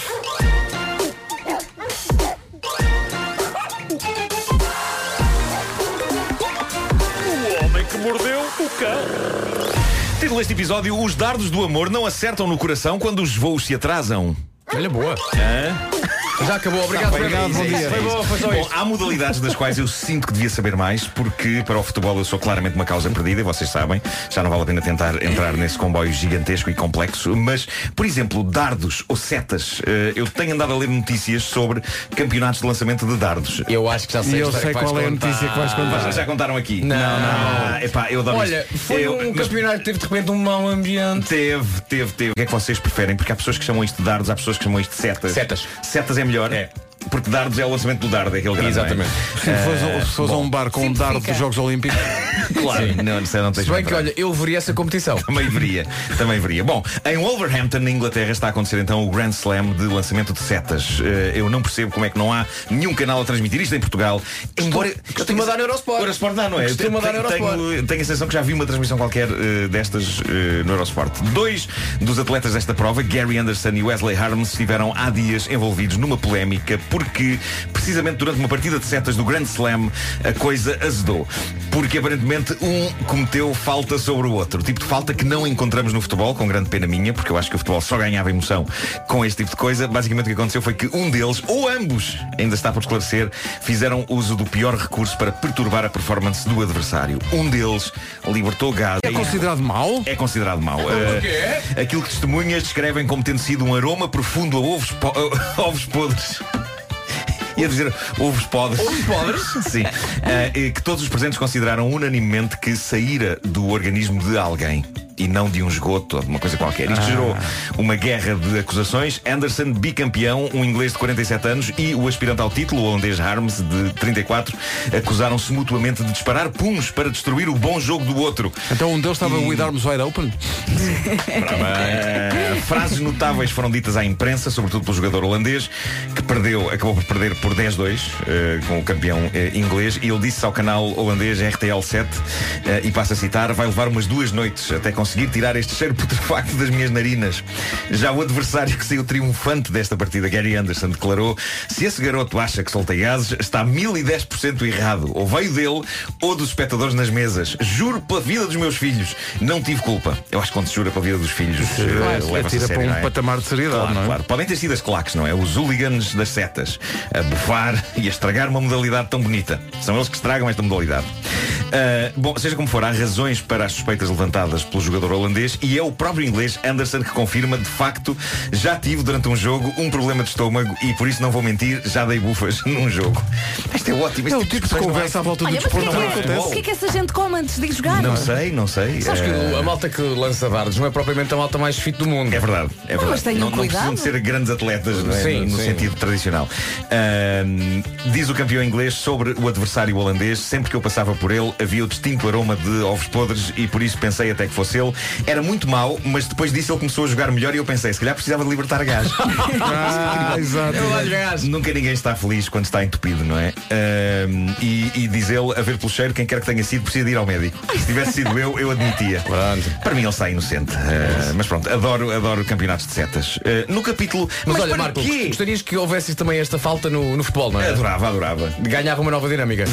O homem que mordeu o cão. Título deste episódio: Os dardos do amor não acertam no coração quando os voos se atrasam. Olha, boa.
Já acabou, obrigado,
foi,
obrigado,
isso,
bom
é isso,
dia.
é
Foi
isso.
boa, foi só
Bom,
isto.
há modalidades das quais eu sinto que devia saber mais, porque para o futebol eu sou claramente uma causa perdida, e vocês sabem, já não vale a pena tentar entrar nesse comboio gigantesco e complexo, mas, por exemplo, dardos ou setas, eh, eu tenho andado a ler notícias sobre campeonatos de lançamento de dardos.
Eu acho que já sei é
E
a história que vais contar.
Vocês já contaram aqui.
Não,
Ah,
não.
epá, eu adoro
Olha,
isto.
foi
Eu-
um
mas-
campeonato que teve de repente um mau ambiente.
Teve, teve, teve. O que é que vocês preferem? Porque há pessoas que chamam isto de dardos, há pessoas que chamam isto de setas. Setas. Setas é melhor? É. Porque dardos é o lançamento do dardo, é aquele grande.
Exatamente.
Se fores a- se fores a um bar com um dardo dos Jogos Olímpicos.
Claro,
Sim.
não, isso é não tens
Se bem que,
olha, eu veria essa competição. Também veria, também veria. Bom, em Wolverhampton, na Inglaterra, está a acontecer então o Grand Slam de lançamento de setas. Eh, Eu não percebo como é que não há nenhum canal a transmitir isto em Portugal. Embora eu tenho-
Costuma dar no Eurosport.
Eurosport dá, não é?
Costuma
Eu tenho-
dar no Eurosport.
Tenho, tenho a sensação que já vi uma transmissão qualquer eh, destas eh, no Eurosport. Dois dos atletas desta prova, Gary Anderson e Wesley Harms, estiveram há dias envolvidos numa polémica por porque, precisamente durante uma partida de setas do Grand Slam, a coisa azedou. Porque aparentemente um cometeu falta sobre o outro. O tipo de falta que não encontramos no futebol, com grande pena minha, porque eu acho que o futebol só ganhava emoção com este tipo de coisa. Basicamente o que aconteceu foi que um deles, ou ambos, ainda está por esclarecer, fizeram uso do pior recurso para perturbar a performance do adversário. Um deles libertou gás.
É considerado mau?
É considerado mau. Eh, aquilo que testemunhas descrevem como tendo sido um aroma profundo a ovos, po- a ovos podres. Ia dizer ovos podres. Ovos podres? Sim. Eh, eh, que todos os presentes consideraram unanimemente que saíra do organismo de alguém e não de um esgoto ou de uma coisa qualquer. Isto
Ah.
gerou uma guerra de acusações. Anderson, bicampeão, um inglês de 47 anos e o aspirante ao título, o holandês Harms, de 34, acusaram-se mutuamente de disparar puns para destruir o bom jogo do outro.
Então um deles estava with arms wide open?
Ah, frases notáveis foram ditas à imprensa, sobretudo pelo jogador holandês, que perdeu, acabou por perder por 10-2 eh, com o campeão eh, inglês, e ele disse ao canal holandês RTL7, eh, e passo a citar, vai levar umas duas noites até conseguir tirar este cheiro putrefacto das minhas narinas. Já o adversário que saiu triunfante desta partida, Gary Anderson, declarou, se esse garoto acha que soltei gases, está 1010% errado. Ou veio dele, ou dos espectadores nas mesas. Juro pela vida dos meus filhos, não tive culpa. Eu acho que quando se jura pela vida dos filhos,
Sim, claro.
eh, leva-se a
Atira
sério,
para um
não é?
patamar de seriedade,
Claro,
não é?
claro. Podem ter sido as claques, não é? Os hooligans das setas a bufar e a estragar uma modalidade tão bonita. São eles que estragam esta modalidade. Ah, bom, seja como for, há razões para as suspeitas levantadas pelo jogador holandês e é o próprio inglês Anderson que confirma, de facto, já tive durante um jogo um problema de estômago e por isso não vou mentir, já dei bufas num jogo. Isto é ótimo. este
É o tipo de
discussões não
conversa à volta
Olha,
do
mas o que é
desporto.
que
não
é?
acontece.
O
que é que essa gente come antes de ir jogar?
Não sei, não sei.
Sabes que
Eh,
o- a malta que lança dardos não é propriamente a malta mais fit do mundo. É
verdade, é verdade.
mas tenham
não, não precisam
cuidado.
de ser grandes atletas, não é?
Sim,
no
sim.
sentido tradicional. Ahm, diz o campeão inglês sobre o adversário holandês, sempre que eu passava por ele havia o distinto aroma de ovos podres e por isso pensei até que fosse ele. Era muito mau, mas depois disso ele começou a jogar melhor e eu pensei, se calhar precisava de libertar gás.
Ah, exato.
Nunca ninguém está feliz quando está entupido, não é? Ahm, e, e diz ele, a ver pelo cheiro, quem quer que tenha sido, precisa de ir ao médico. Se tivesse sido eu, eu admitia. Para mim ele está inocente. Ah, mas pronto, adoro, adoro campeonatos de setas. Ah, no capítulo.
Mas, olha,
para
Marco,
quê?
gostarias que houvesse também esta falta no, no futebol, não é?
Adorava, adorava.
Ganhava uma nova dinâmica.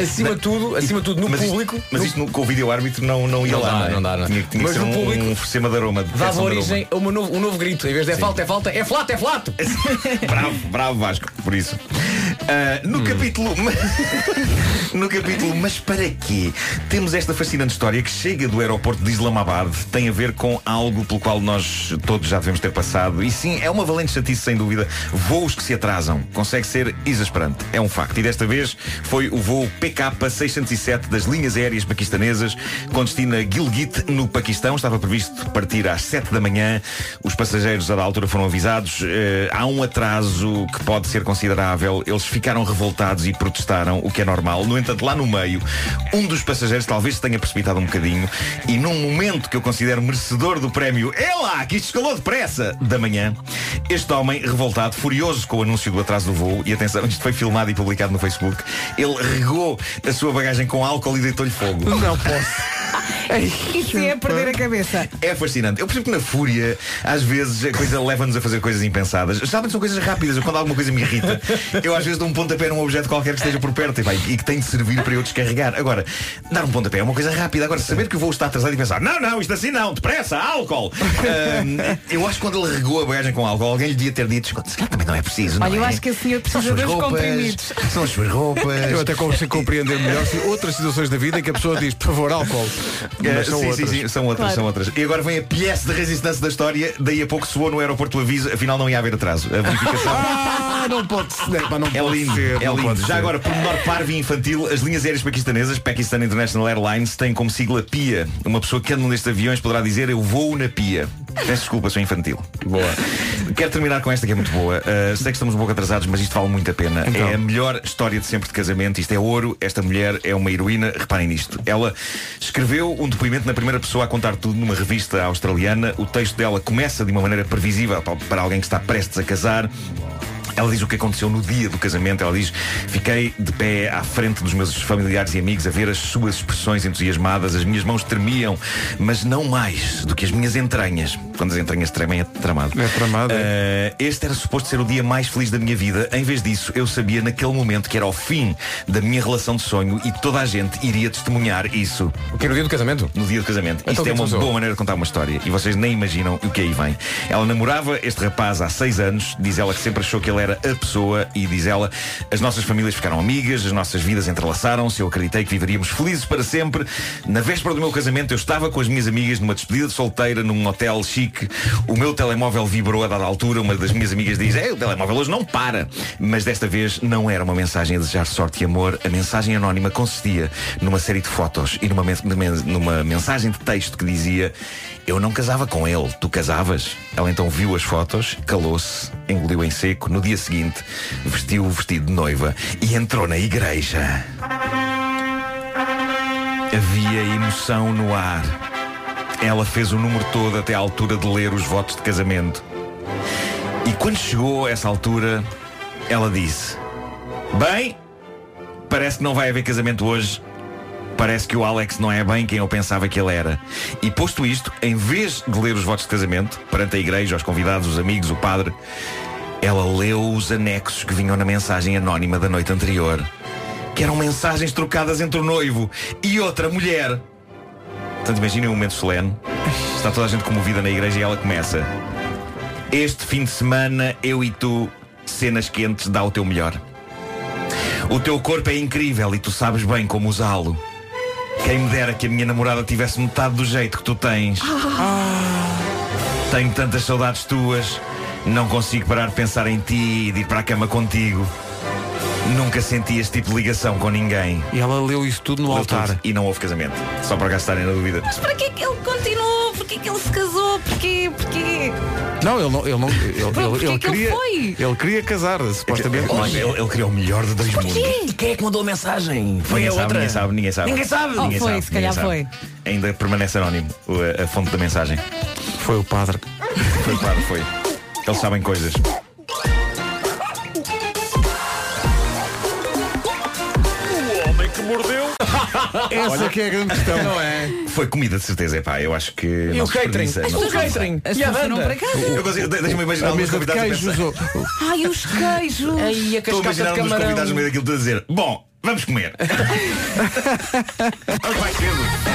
acima de tudo, acima de tudo, no
mas isto-
público.
mas isto no, com o vídeo árbitro não, não ia
Não
lá.
dá,
não, é?
não dá, não.
Tinha, tinha
Mas
que ser
no
um,
público
um sistema de aroma. de
Dava
detecção de aroma.
origem a uma novo- um novo grito. Em vez de é
Sim.
falta, é falta, é flato, é flato.
bravo, bravo Vasco, por isso. Ah, no
Hum.
capítulo. no capítulo, mas para quê? é Temos esta fascinante história que chega do aeroporto de Islamabad, tem a ver com algo pelo qual nós todos já devemos ter passado. E sim, é uma valente chatice, sem dúvida. Voos que se atrasam. Consegue ser exasperante. É um facto. E desta vez foi o voo PK607 das linhas aéreas paquistanesas, com destino a Gilgit, no Paquistão. Estava previsto partir às 7 da manhã. Os passageiros, a da altura, foram avisados. Eh, há um atraso que pode ser considerável. Eles ficaram revoltados e protestaram, o que é normal. No entanto, lá no meio, um dos passageiros talvez se tenha precipitado um bocadinho e num momento que eu considero merecedor do prémio, é lá, que isto escalou depressa, da manhã, este homem, revoltado, furioso com o anúncio do atraso do voo, e atenção, isto foi filmado e publicado no Facebook, ele regou a sua bagagem com álcool e deitou-lhe fogo.
Não posso.
Isso é perder a cabeça.
É fascinante. Eu percebo que na fúria, às vezes, a coisa leva-nos a fazer coisas impensadas. Geralmente são coisas rápidas. Eu, Quando alguma coisa me irrita, eu às vezes dou um pontapé num objeto qualquer que esteja por perto e, vai, e que tem de servir para eu descarregar. Agora, dar um pontapé é uma coisa rápida. Agora, saber que o voo está atrasado e pensar, não, não, isto assim não, depressa, álcool. Ahm, eu acho que quando ele regou a bagagem com álcool, alguém lhe devia ter dito, "Escuta, se calhar também não é preciso. não
Olha, eu
é?"
acho que a senhora precisa
São as
dos
roupas,
comprimidos.
São as suas roupas.
Eu até consigo compreender melhor se outras situações da vida em que a pessoa diz, por favor, álcool.
Eh,
Mas são
sim,
outras.
sim, sim, são outras, são outras. E agora vem a pièce de resistência da história, daí a pouco soou no aeroporto o aviso, afinal não ia haver atraso. A verificação.
Ah, não pode ser. pá, Não
É
pode
lindo,
ser,
é
não
lindo.
pode
Já
ser.
agora, por menor parvo e infantil, as linhas aéreas paquistanesas, Pakistan International Airlines, têm como sigla PIA. Uma pessoa que anda num destes aviões poderá dizer eu vou na PIA. Peço desculpa, sou infantil. Boa. Quero terminar com esta que é muito boa. Uh, sei que estamos um pouco atrasados, mas isto vale muito a pena.
Então.
É a melhor história de sempre de casamento. Isto é ouro. Esta mulher é uma heroína. Reparem nisto. Ela escreveu um depoimento na primeira pessoa a contar tudo numa revista australiana. O texto dela começa de uma maneira previsível para- para alguém que está prestes a casar. Ela diz o que aconteceu no dia do casamento. Ela diz: Fiquei de pé à frente dos meus familiares e amigos a ver as suas expressões entusiasmadas. As minhas mãos tremiam, mas não mais do que as minhas entranhas. Quando as entranhas tremem, é tramado.
É tramado.
Eh, este era suposto ser o dia mais feliz da minha vida. Em vez disso, eu sabia naquele momento que era o fim da minha relação de sonho e toda a gente iria testemunhar isso. O
que no dia do casamento?
No dia do casamento.
Então, o
Isto
que
é uma
aconteceu?
boa maneira de contar uma história e vocês nem imaginam o que aí vem. Ela namorava este rapaz há seis anos, diz ela que sempre achou que ele era a pessoa e diz ela as nossas famílias ficaram amigas, as nossas vidas entrelaçaram-se, eu acreditei que viveríamos felizes para sempre. Na véspera do meu casamento eu estava com as minhas amigas numa despedida de solteira num hotel chique. O meu telemóvel vibrou a dada altura, uma das minhas amigas diz, é, o telemóvel hoje não para. Mas desta vez não era uma mensagem a desejar sorte e amor, a mensagem anónima consistia numa série de fotos e numa, men- men- numa mensagem de texto que dizia eu não casava com ele, tu casavas? Ela então viu as fotos, calou-se, engoliu em seco, no dia seguinte vestiu o vestido de noiva e entrou na igreja. Havia emoção no ar. Ela fez o número todo até à altura de ler os votos de casamento. E quando chegou a essa altura, ela disse: Bem, parece que não vai haver casamento hoje. Parece que o Alex não é bem quem eu pensava que ele era. E posto isto, em vez de ler os votos de casamento, perante a igreja, os convidados, os amigos, o padre, ela leu os anexos que vinham na mensagem anónima da noite anterior, que eram mensagens trocadas entre o noivo e outra mulher. Portanto, imaginem um momento solene. Está toda a gente comovida na igreja e ela começa. Este fim de semana, eu e tu, cenas quentes, dá o teu melhor. O teu corpo é incrível e tu sabes bem como usá-lo. Quem me dera que a minha namorada tivesse metade do jeito que tu tens.
Ah.
Tenho tantas saudades tuas, não consigo parar de pensar em ti e de ir para a cama contigo. Nunca senti este tipo de ligação com ninguém.
E ela leu isso tudo no
altar. e não houve casamento. Só para gastarem na dúvida.
Mas para que é que ele continuou? Para que é que ele se casou? Porquê? Porquê?
Não, ele não. Ele, não, ele, ele-
porquê
ele
que ele
queria,
foi?
ele queria casar,
É
supostamente.
Olha,
mas-
ele, ele queria um o melhor de dois mundos.
Quem é que mandou a mensagem? Foi
ninguém
a
sabe,
outra?
ninguém sabe, ninguém sabe.
Ninguém sabe. Oh,
Ninguém sabe, ninguém sabe. Ainda permanece anónimo o- a- a, fonte da mensagem.
Foi o padre.
Foi o padre, foi. Eles sabem coisas.
O homem que mordeu.
Olha,
que é a grande questão.
Não é?
Foi comida de certeza, pá. Eu acho que.
E
não
o
se
catering?
desperdiça,
Mas
não
o
se desperdiça.
catering?
As E a pessoas banda? foram para casa.
Eu consigo- de- Deixa-me imaginar
A
alguns
mesa de
convidados a
queijos,
pensar.
Ai, os queijos. Ai,
Estou a imaginar alguns convidados no meio daquilo tudo a dizer: Bom, vamos comer. Vai cedo.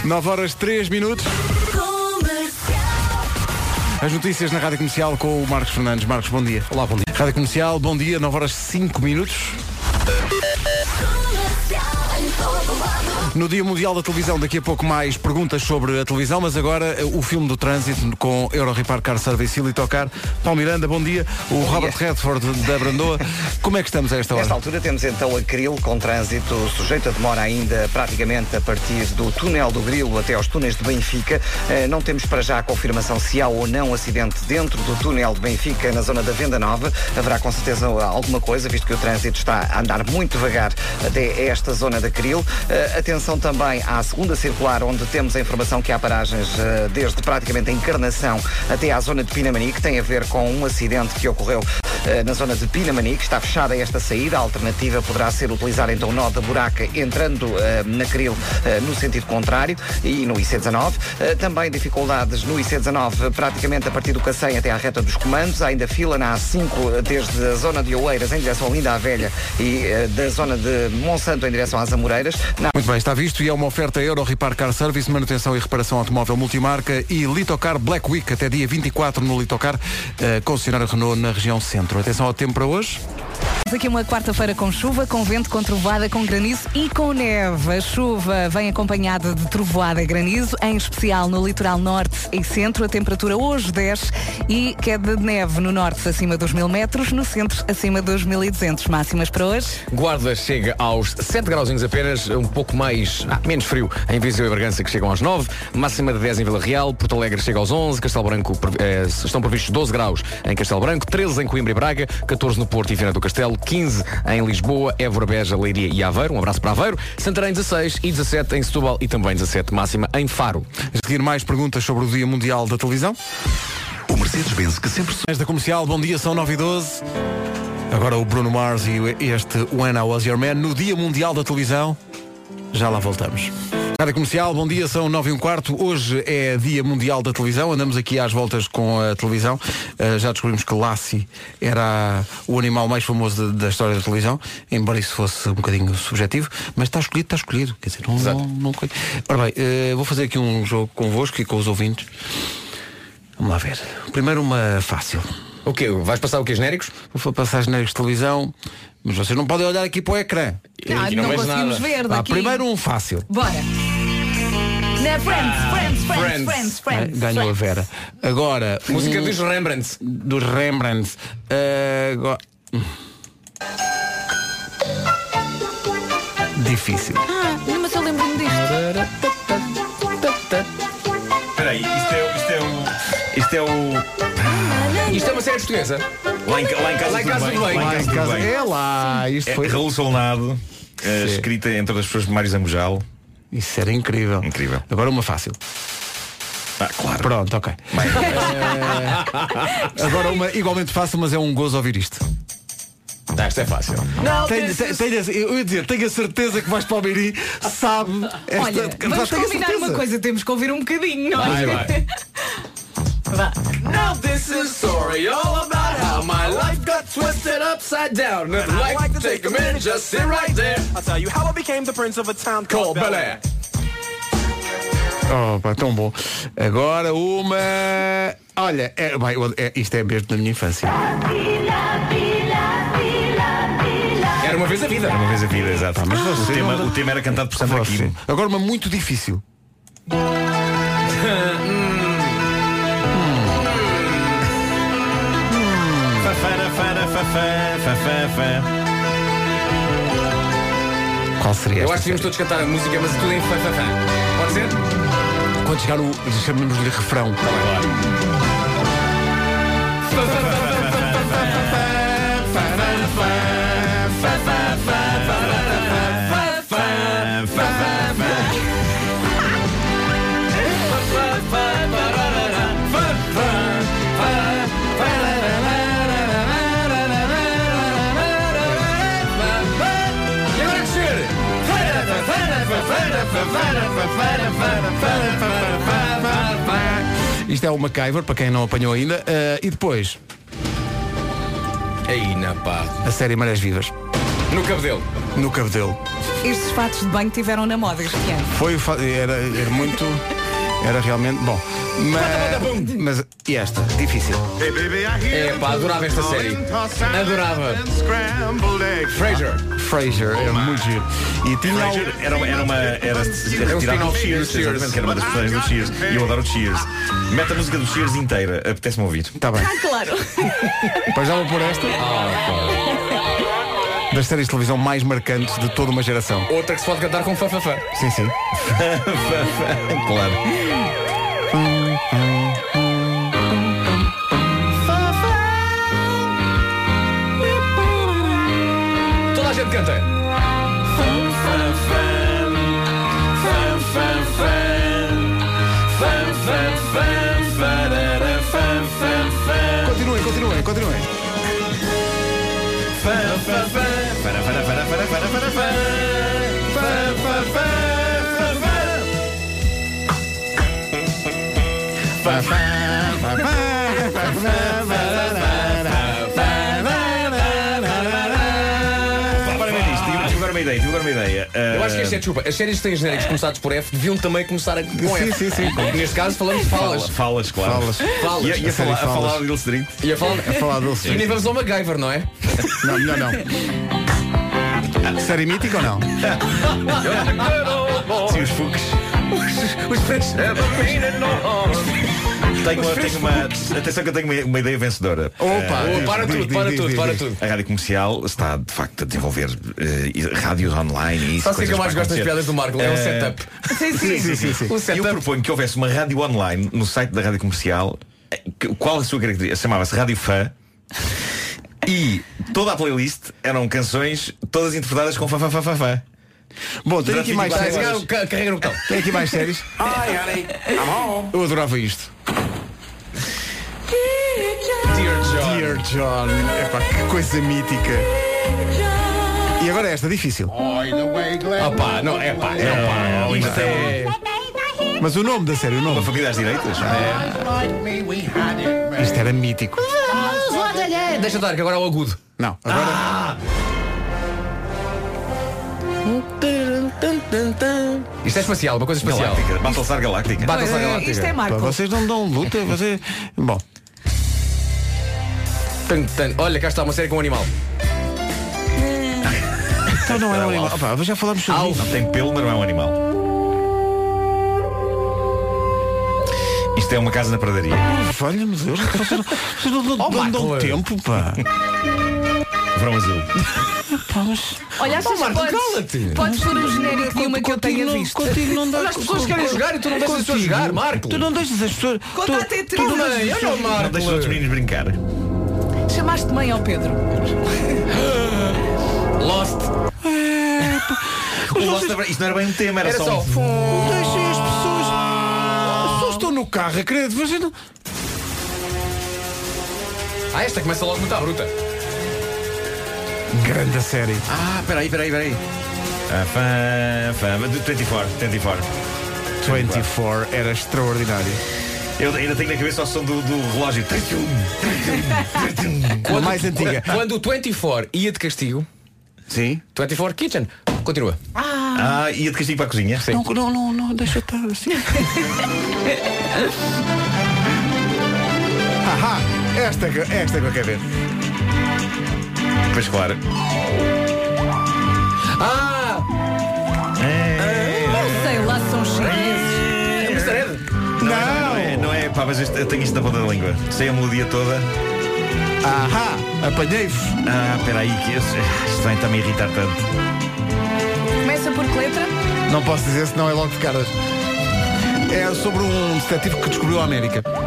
9 horas 3 minutos. As notícias na Rádio Comercial com o Marcos Fernandes. Marcos, bom dia. Olá, bom dia. Rádio Comercial, bom dia, 9 horas 5 minutos. No Dia Mundial da Televisão, daqui a pouco mais perguntas sobre a televisão, mas agora eh, o filme do trânsito com Euro Repar Car Service e Tocar. Paulo Miranda, bom dia. O Robert Redford da Brandoa. Como é que estamos a esta hora?
Nesta altura temos então a Cril com trânsito sujeito a demora ainda praticamente a partir do túnel do Grilo até aos túneis de Benfica. Eh, Não temos para já a confirmação se há ou não acidente dentro do túnel de Benfica na zona da Venda Nova. Haverá com certeza alguma coisa, visto que o trânsito está a andar muito devagar até esta zona da Cril. Eh, Atenção também à segunda circular, onde temos a informação que há paragens eh, desde praticamente a Encarnação até à zona de Pinamani, que tem a ver com um acidente que ocorreu eh, na zona de Pinamani, que está fechada esta saída. A alternativa poderá ser utilizar então o nó da buraca entrando eh, na Cril eh, no sentido contrário e no IC19. Eh, também dificuldades no IC19, praticamente a partir do Cacém até à reta dos comandos. Há ainda fila na A5 eh, desde a zona de Oeiras em direção à Linda à Velha e eh, da zona de Monsanto em direção às Amoreiras. Na
Muito bem, está visto e é uma oferta Euro Repar Car Service, manutenção e reparação automóvel multimarca e Litocar Black Week até dia 24 no Litocar, eh, concessionário Renault na região centro. Atenção ao tempo para hoje.
Temos Aqui uma quarta-feira com chuva, com vento, com trovoada, com granizo e com neve. A chuva vem acompanhada de trovoada e granizo, em especial no litoral norte e centro. A temperatura hoje 10 e queda de neve no norte acima dos 1000 metros, no centro acima dos 1200. Máximas para hoje.
Guarda chega aos 7 grauzinhos apenas, um pouco mais, ah, menos frio em Viseu e Bragança, que chegam aos 9, máxima de 10 em Vila Real, Porto Alegre chega aos 11, Castelo Branco pre- eh, estão previstos 12 graus em Castelo Branco, 13 em Coimbra e Braga, 14 no Porto e Viana do Castelo, 15 em Lisboa, Évora, Beja, Leiria e Aveiro, um abraço para Aveiro, Santarém 16 e 17 em Setúbal e também 17 máxima em Faro.
A seguir mais perguntas sobre o Dia Mundial da Televisão. Mercedes-Benz que sempre... Esta comercial, bom dia, são 9 e 12. Agora o Bruno Mars e este When I Was Your Man no Dia Mundial da Televisão. Já lá voltamos. Rádio Comercial, bom dia, são 9 e um quarto. Hoje é Dia Mundial da Televisão, andamos aqui às voltas com a televisão. Ah, já descobrimos que Lassie era o animal mais famoso de- da história da televisão, embora isso fosse um bocadinho subjetivo, mas está escolhido, está escolhido. Quer dizer, não, não, não... coi- Ora bem, eh, vou fazer aqui um jogo convosco e com os ouvintes. Vamos lá ver. Primeiro uma fácil.
O quê? Vais passar o quê? Genéricos?
Vou passar genéricos de televisão, mas vocês não podem olhar aqui para o ecrã.
Eu aqui não Não, não vejo conseguimos nada. ver
Vá,
daqui.
Primeiro um fácil.
Bora. Na
Ah,
Friends, Friends, Friends, Friends, Friends.
Eh, Ganhou a Vera. Agora.
Música
um-
dos Rembrandts.
Dos Rembrandts. Ah, agora- Difícil.
Ah, não, mas eu lembro-me disto.
Espera aí, isto é, isto é o. Isto é o.
Isto é uma série portuguesa?
Lá em, ca- lá em casa,
Lá em
tudo
casa
bem.
tudo bem.
Lá em casa tudo bem.
É lá. Isto
É
foi.
Raul Solnado, eh,
Sim.
escrita entre as pessoas de Mário Zambujal.
Isso era incrível. Incrível. Agora uma fácil.
Ah, claro.
Pronto, ok. Eh, agora uma igualmente fácil, mas é um gozo ouvir isto.
Tá, isto é fácil.
Não, tenho, tenho- tenho- eu ia dizer, tenho a certeza que vais para o Beiri, sabe. Esta,
Olha, vamos
tenho a
combinar
certeza.
uma coisa, temos que ouvir um bocadinho, não é?
Vai, vai.
Vá.
Now this is story all about how my life got twisted upside down. And I'd like to take a minute, just sit right there. I'll tell you how I became the prince of a town called Bel Air.
Oh, pá, tão bom. Agora uma. Olha, é, bem, é- isto é mesmo da minha infância.
Era uma vez a vida.
Era uma vez a vida, exato.
Tá, mas
o,
você
tema,
não-
o tema era cantado por Sandra Kim.
Agora uma muito difícil.
Fafara, fara, fafá, fafá, fá.
Qual seria
Eu acho que devíamos todos cantar a música, mas tudo em fã, fã, fã. Pode ser?
Quando chegar o. chamamos-lhe refrão. Isto é o MacGyver, para quem não apanhou ainda. Eh, e depois,
Aí na pá.
a série Marés Vivas.
No cabedelo.
No cabedelo.
Estes fatos de banho tiveram na moda este ano.
Foi o fa- era, era muito. Era realmente. Bom. Mas, mas. E esta? Difícil.
É pá, adorava esta série. Adorava. Frasier.
Frasier, era é muito giro. E tinha
Frasier
algo-
era, uma- era uma. Era
um
retirado do
spin-off
Cheers,
do Cheers.
exatamente, que era uma das personagens do Cheers. E eu adoro o Cheers. Mete a música do Cheers inteira, apetece-me ouvir.
Tá bem.
Ah, claro.
Pois já vou pôr esta. Das séries de televisão mais marcantes de toda uma geração.
Outra que se pode cantar com fã, fã, fã.
Sim, sim.
claro.
Toda a gente canta.
Continuem, continuem, continuem.
Fara, fara, fara, fara, fara, fara, Agora uma ideia, tive agora uma ideia, tive agora uma ideia. Ah,
Eu acho que esta é desculpa. As séries que têm genéricos começados por F deviam também começar a- com F.
Sim, sim, sim.
é- Neste caso falamos de falas.
Falas, claro.
Falas.
Falas.
Ia, ia
A
falar,
série
a
Falas.
falar de Ilse Drink.
E a falar,
A falar do Ilse
E nem
Drink.
vamos ao MacGyver, não é?
Não, melhor não. Série mítica ou não?
Sim, os Fuques.
Os fãs.
Tenho, uma- tenho uma, atenção que eu tenho uma, uma ideia vencedora.
Opa,
Eh,
diz,
para
diz,
tudo,
diz,
para
diz,
tudo,
diz,
para
diz.
tudo.
A rádio comercial está de facto a desenvolver eh, e- rádios online e isso.
Sabe o que é que eu
coisas para
mais gosto das
acontecer.
piadas do Marco? É o
Eh,
setup.
Sim, sim.
O
E eu
setup.
proponho que houvesse uma rádio online no site da rádio comercial. eh, que- Qual a sua característica? Chamava-se Rádio Fã. E toda a playlist eram canções todas interpretadas com fã fã fã fã fã.
Bom, tenho
Durante
aqui mais
24
séries.
horas.
Ca- Carrega no botão.
Tem aqui mais séries. Eu adorava isto.
John.
Dear John. Epá, que coisa mítica. E agora esta, difícil.
Opa, não, é pá, é pá. Isto é.
Mas o nome da série, o nome. A
família às direitas.
é-
Isto era mítico.
Deixa dar, que agora é o agudo.
Não, agora.
Isto é espacial, uma coisa espacial.
Galáctica, Battlestar Galáctica.
Pois
Battlestar
é,
Galáctica.
isto é Marco.
Vocês não dão luta, vocês. Bom.
Tan, tan. Olha, cá está uma série com um animal.
Então não é um animal. Opa, já falámos sobre
Não tem pelo, mas não é um animal. Isto é uma casa na pradaria.
isso. Olha, meu Deus, vocês não, vocês não, dão-
Oh,
não dão
Marco.
tempo, pá.
Verão azul.
Olha, achas que podes, podes pôr um genérico de uma que eu tenha visto.
Contigo não dá.
Olha, as pessoas querem
contigo-
jogar e tu não deixas as pessoas
contigo-
jogar, Marco.
Tu não deixas as pessoas.
Conta
tu-
até
tu
três.
não
Mãe,
deixas as
olha o
pessoas-
Não deixa os outros meninos brincar.
Chamaste mãe ao Pedro.
Lost.
O Lost era- Isto não era bem um tema, era,
Era
só.
só-
um-
Deixem as pessoas. As pessoas estão no carro, querido. Vocês não.
Ah, esta começa logo muito à bruta.
Grande série.
Ah, peraí, peraí, peraí.
Ah, fã, fã. 24, 24.
24 era extraordinário.
Eu ainda tenho na cabeça o som do, do relógio. 31.
A mais antiga.
Quando o 24 ia de castigo.
Sim.
24 Kitchen. Continua.
Ah, ia de castigo para a cozinha.
Não, não, não, não, deixa estar assim. Haha, esta, que- esta que eu quero ver.
Pois claro.
Ah!
é,
Sei lá se são chineses.
É
Não, não. É, não, é, não é, pá, mas isto- eu tenho isto na ponta da língua. Sei a melodia toda.
Ahá, apanhei-vos.
Ah, peraí, que esse- isto vai então me irritar tanto.
Começa por que letra?
Não posso dizer senão é logo de caras. É sobre um detetive que descobriu a América.
Ah,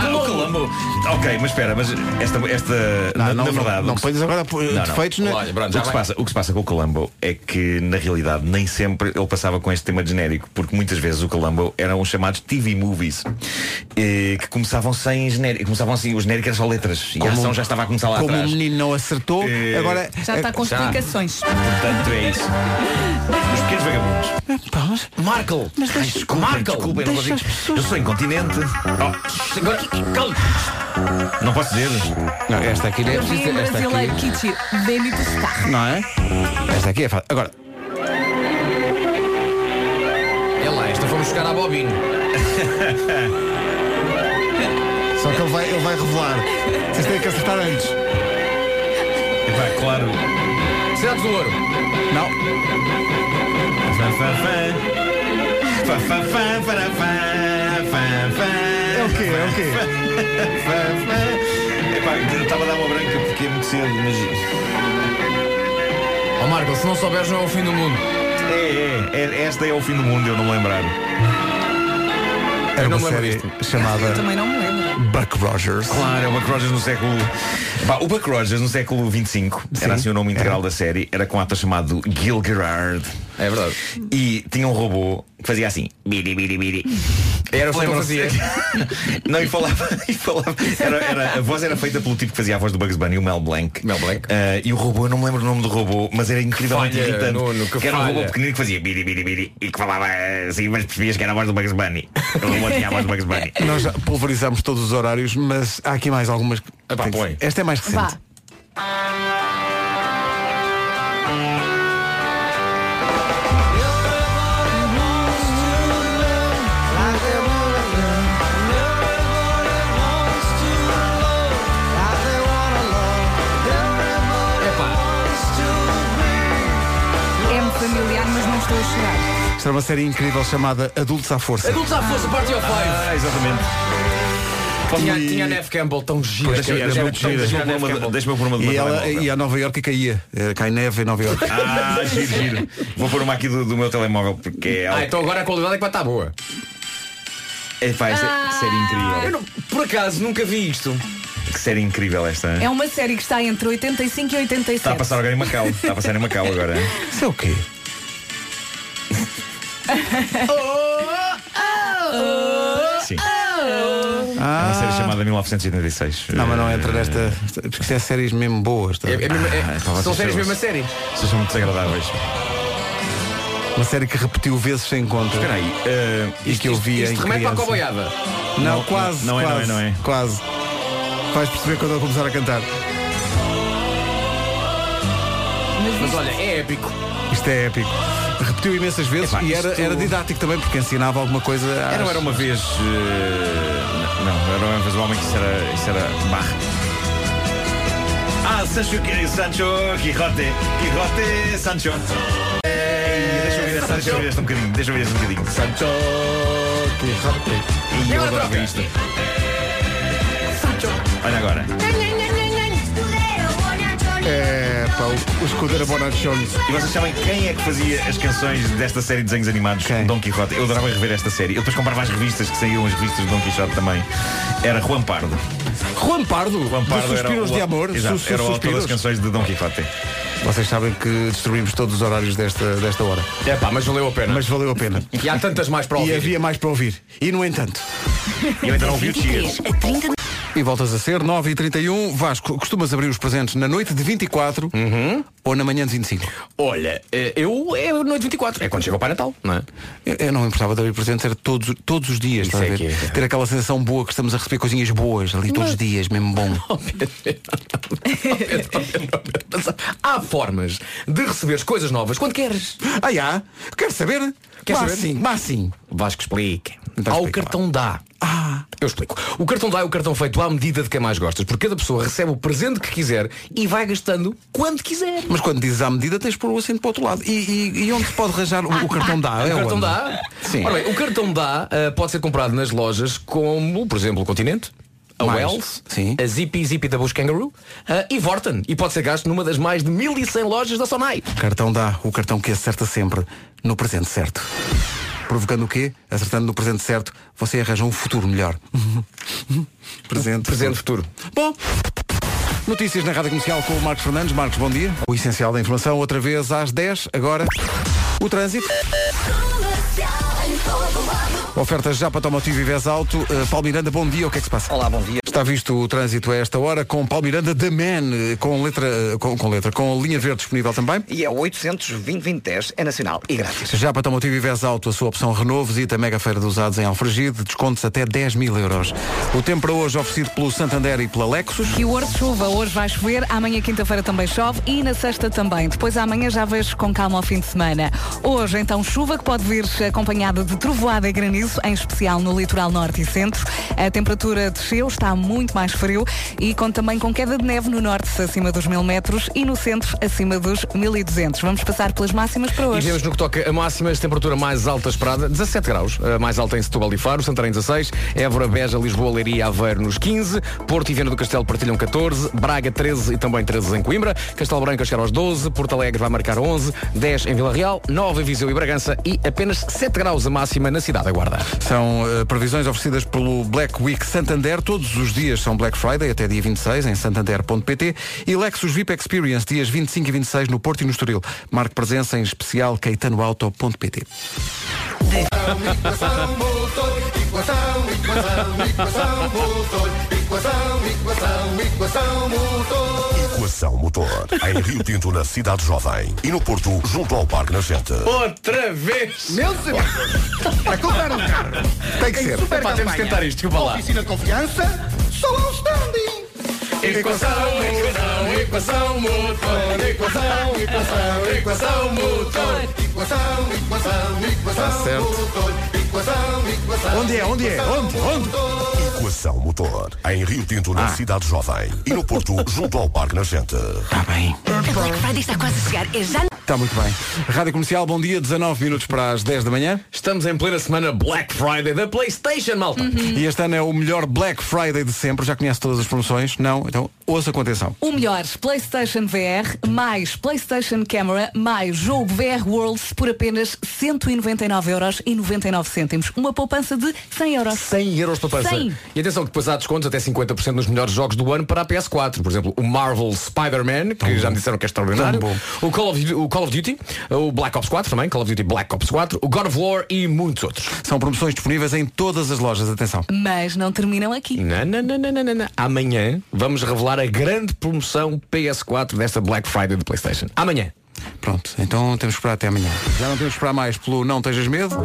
Ah, o Colombo. Ok, mas espera, mas esta, esta na,
não,
na verdade.
não
o que se-
ponhas agora, pô, defeitos, né?
Olha,
O
pronto,
que,
já
se
vai.
passa, o que se passa com o Colombo é que, na realidade, nem sempre ele passava com este tema de genérico, porque muitas vezes o Colombo eram os chamados TV movies, eh, que começavam sem genérico. Começavam assim, o genérico era só letras, e a ação já estava a começar lá
Como
atrás.
o menino não acertou,
Eh,
agora.
Já está com
Já.
explicações.
Portanto, é isso. Os pequenos vagabundos.
Markle.
Ah, Mas deixa-
Desculpem,
Marco,
desculpem, não
deixa
consigo.
as pessoas-
Eu sou incontinente.
Agora, calma.
Oh, não posso dizer.
Não, esta aqui é
Eu vi em
esta
brasileiro
aqui,
Kitchen. Vem-me buscar.
não é? Esta aqui é fácil. Agora,
É lá, esta fomos buscar à Bobine.
só que ele vai, ele vai revelar. Vocês têm que acertar antes.
Epá, claro.
Cidades do Ouro.
Não,
Fá, fá, fá. Fá, fá, fá, fará, fá, fá, fá.
é o quê? É o quê?
Epá, eu estava a dar uma branca porque é muito cedo, mas.
Ó Marco, se não souberes não é o fim do mundo.
É, é, é, esta é o fim do mundo, eu não me lembrar.
Era
não
uma
me lembro
série chamada
Também não me lembro.
Buck Rogers.
Claro, é o Buck Rogers no século. Pá, o Buck Rogers no século 25, era assim o nome integral da série, era com um ator chamado Gil Gerard.
É verdade.
E tinha um robô que fazia assim. Biri, biri, biri.
Era o que eu
Lembram-se?
fazia.
Não, e falava, e falava. Era, era- a voz era feita pelo tipo que fazia a voz do Bugs Bunny, o Mel Blanc.
Mel Blanc.
Ah, e o robô, eu não me lembro o nome do robô, mas era incrivelmente
Falha,
irritante.
Nuno, que
era um robô
falha.
pequenino que fazia biri, biri, biri, e que falava assim, mas percebias que era a voz do Bugs Bunny. O robô tinha a voz do Bugs Bunny.
Nós já pulverizamos todos os horários, mas há aqui mais algumas. que-
Epá,
Tem que-
põe.
Esta é mais
Vá.
recente.
Epá,
É-me É familiar, mas não estou a chorar.
Isto era uma série incrível chamada Adultos à Força.
adultos à força, party of five.
Ah, exatamente.
Tinha,
E-
tinha a Neve Campbell tão gira.
Deixa-
é,
Era
deixa-
tão
deixa-
gira
deixa-
a Neve
deixa-
Campbell.
Deixa-me pôr uma de uma
E, ela,
telemóvel.
e a Nova Iorque caía. Eh, Cai neve em Nova Iorque.
Ah, giro, giro. Vou pôr uma aqui do, do meu telemóvel porque é algo.
Ah, então agora a qualidade é que vai estar boa.
É, pá, é sé- série
Ah, Eu
incrível.
não- por acaso nunca vi isto. um
Que série incrível esta. hein?
É uma série que está entre 85 e 87.
Está a passar agora em Macau. Está a passar em Macau agora.
Isso é o quê?
Sim. É uma série chamada nada 1986.
Ah. Não, mas não entra nesta. Porque isto é séries mesmo boas. tá?
É- é mesmo- é- Eh, Ah, então são vocês séries são- mesmo a série. Vocês são muito desagradáveis.
Uma série que repetiu vezes sem conta. Espera
aí. eh,
e que eu vi
isto
em
remete para a
criança.
coboiada.
Não,
Não,
quase.
não é, não é,
quase,
não é.
Quase. Vais perceber quando eu começar a cantar.
Mas olha, é épico.
Isto é épico. Repetiu imensas vezes
Epá,
e era,
isto-
era didático também, porque ensinava alguma coisa. às-
Era, era uma vez. eh, não, era uma vez um homem que isso era. Isso era barra. Ah, Sancho, Sancho Quijote. Quijote, Sancho. Ei, Deixa eu ouvir esta, deixa eu ouvir esta um bocadinho. Deixa eu ouvir esta um bocadinho. Sancho Quijote. E eu adoro ouvir isto. Olha agora.
É, pá, o- o escudeiro Bonachoni.
E vocês sabem quem é que fazia as canções desta série de desenhos animados? Dom Quixote. Eu adorava rever esta série. Eu depois comprava as revistas que saíam, as revistas de Dom Quixote também. Era Juan Pardo.
Juan Pardo,
um Juan Pardo
dos
era
Suspiros
o-
de Amor.
Exato,
Sus-
era o autor
Suspiros.
das canções de Dom Quixote.
Vocês sabem que destruímos todos os horários desta, desta hora.
É pá, mas valeu a pena.
Mas valeu a pena.
E há tantas mais para
E
ouvir.
havia mais para ouvir. E no entanto.
E eu ainda não ouvi o
é
Cheers.
E voltas a ser 9 e 31 Vasco, costumas abrir os presentes na noite de 24
Uhum.
ou na manhã de 25?
Olha, eh, eu é noite 24. É quando chega o Pai Natal, não é?
Eu, eu não me importava de abrir presentes, era todos, todos os dias,
Isso
estás a
é
ver?
que é.
Ter aquela sensação boa que estamos a receber coisinhas boas ali todos os dias, mesmo bom.
Oh, Mas há formas de receberes coisas novas quando queres.
Ah, já? Quero saber?
Quer
Mas
saber?
sim, Então mas sim.
Vasco, explique. Há o cartão dá.
Ah.
Eu explico. O cartão dá é o cartão feito à medida de quem mais gostas, porque cada pessoa recebe o presente que quiser e vai gastando quando quiser.
Mas quando dizes à medida, tens de pôr o assento para o outro lado. E, e- e onde se pode arranjar o, o cartão
Ah,
dá?
Ah, O
É
cartão
onde?
dá?
Sim.
Ora bem, o cartão dá ah, pode ser comprado nas lojas como, por exemplo, o Continente, a
Mais.
Wells, a Zippy Zippy da Bush Kangaroo ah, e Vorten. E pode ser gasto numa das mais de 1100 lojas da Sonai.
Cartão dá, o cartão que acerta sempre no presente certo. Provocando o quê? Acertando no presente certo, você arranja um futuro melhor. presente.
Presente futuro.
Bom. Notícias na Rádio Comercial com o Marcos Fernandes. Marcos, bom dia. O essencial da informação, outra vez às 10, agora o trânsito. Ofertas já para Tomotivo e Vez Alto. Uh, Paulo Miranda, bom dia. O que é que se passa?
Olá, bom dia.
Está visto o trânsito a esta hora com Paulo Miranda da Man, eh, com letra, eh, com, com letra, com linha verde disponível também.
E é 800 é nacional e grátis.
Já para Tomotivo e Vez Alto, a sua opção Renault, visita a Mega Feira de Usados em Alfragide, descontos até 10 mil euros. O tempo para hoje oferecido pelo Santander e pela Lexus.
E o Horto chuva, hoje vai chover, amanhã quinta-feira também chove e na sexta também. Depois amanhã já vejo com calma ao fim de semana. Hoje então chuva que pode vir acompanhada de trovoada e granizo, em especial no litoral norte e centro. A temperatura desceu, está muito mais frio e conta também com queda de neve no norte acima dos 1000 metros e no centro acima dos 1200. Vamos passar pelas máximas para
E
hoje.
vemos no que toca a máximas, temperatura mais alta esperada, 17 graus. A mais alta em Setúbal e Faro, Santarém 16, Évora, Beja, Lisboa, Leiria e Aveiro nos 15, Porto e Viana do Castelo partilham 14, Braga 13 e também 13 em Coimbra, Castelo Branco a chegar aos 12, Porto Alegre vai marcar 11, 10 em Vila Real, 9 em Viseu e Bragança e apenas 7 graus a máxima na cidade da Guarda.
São eh, previsões oferecidas pelo Black Week Santander. Todos os dias são Black Friday até dia 26 em santander.pt e Lexus VIP Experience dias 25 e 26 no Porto e no Estoril. Marque presença em especial caetanoauto.pt.
Equação Motor. Em Rio Tinto, na Cidade Jovem. E no Porto, junto ao Parque Nascente.
Outra vez!
Meu Deus! É
Para comprar um carro,
Tem que
em
ser.
super
Epá, temos
campanha,
que tentar isto, desculpa lá.
Oficina de confiança, só um standing.
Equação, equação, equação motor. Equação, equação, equação motor. Equação, equação, equação motor. Equação, equação.
Tá Onde é? Onde é? Onde?
Onde?
Equação Motor. Em Rio Tinto,
Ah.
na Cidade Jovem. E no Porto, junto ao Parque Nascente.
Está bem.
A Black Friday está quase a chegar. É já
Está muito bem. Rádio Comercial, bom dia, 19 minutos para as 10 da manhã.
Estamos em plena semana Black Friday da PlayStation, malta.
E este ano é o melhor Black Friday de sempre. Já conhece todas as promoções? Não? Então ouça com atenção.
O melhor, PlayStation VR, mais PlayStation Camera, mais jogo VR Worlds por apenas 199,99€. Uma poupança de 100 euros.
100 euros poupança.
100.
E atenção que depois há descontos até 50% nos melhores jogos do ano para a PS4. Por exemplo, o Marvel Spider-Man, que já me disseram que é extraordinário. O Call, of, Duty- o Call of Duty, o Black Ops 4 também, Call of Duty Black Ops 4, o God of War e muitos outros.
São promoções disponíveis em todas as lojas, atenção.
Mas não terminam aqui.
Não, não, não, não, não, não, não. Amanhã vamos revelar a grande promoção PS4 desta Black Friday do PlayStation. Amanhã.
Pronto, então temos que esperar até amanhã. Já não temos que esperar mais pelo Não Tejas Medo,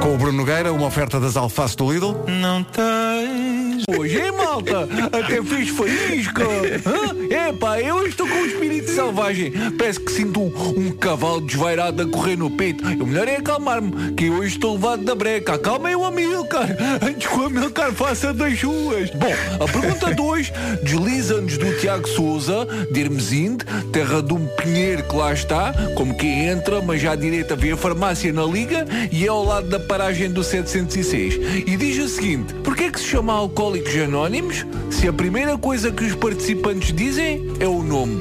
com o Bruno Nogueira, uma oferta das alfaces do Lidl.
Não tens. Hoje, hein, malta? Até fiz faísca. Hã? Epá, eu estou com um espírito selvagem. Parece que sinto um, um cavalo desvairado a correr no peito. O melhor é acalmar-me, que hoje estou levado da breca. Acalmem o Amilcar. Antes que o Amilcar faça das ruas. Bom, a pergunta 2 desliza-nos do Tiago Souza, de Hermesinde, terra de um pinheiro que lá está, como é quem entra, mas já à direita vê a farmácia na liga e é ao lado da paragem do 706. E diz o seguinte, porquê é que se chama Alcoólicos Anónimos se a primeira coisa que os participantes dizem é o nome?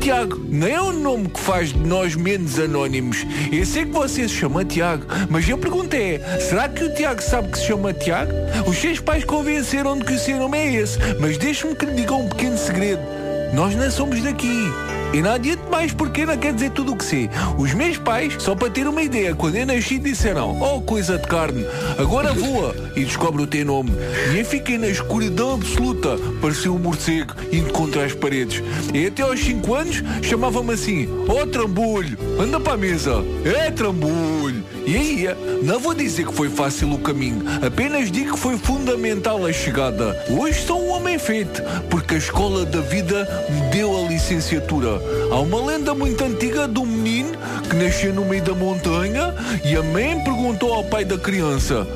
Tiago, não é o nome que faz de nós menos anónimos. Eu sei que você se chama Tiago, mas a pergunta é, será que o Tiago sabe que se chama Tiago? Os seus pais convenceram de que o seu nome é esse, mas deixe-me que lhe diga um pequeno segredo. Nós não somos daqui. E não adianta mais porque não quer dizer tudo o que sei. Os meus pais, só para ter uma ideia, quando eu nasci disseram, oh coisa de carne, agora voa e descobre o teu nome. E eu fiquei na escuridão absoluta, parecia um morcego, indo contra as paredes. E até aos 5 anos chamava-me assim, oh trambulho, anda para a mesa, é trambulho. E aí, não vou dizer que foi fácil o caminho, apenas digo que foi fundamental a chegada. Hoje sou um homem feito, porque a escola da vida me deu a licenciatura. Há uma lenda muito antiga de um menino que nasceu no meio da montanha e a mãe perguntou ao pai da criança: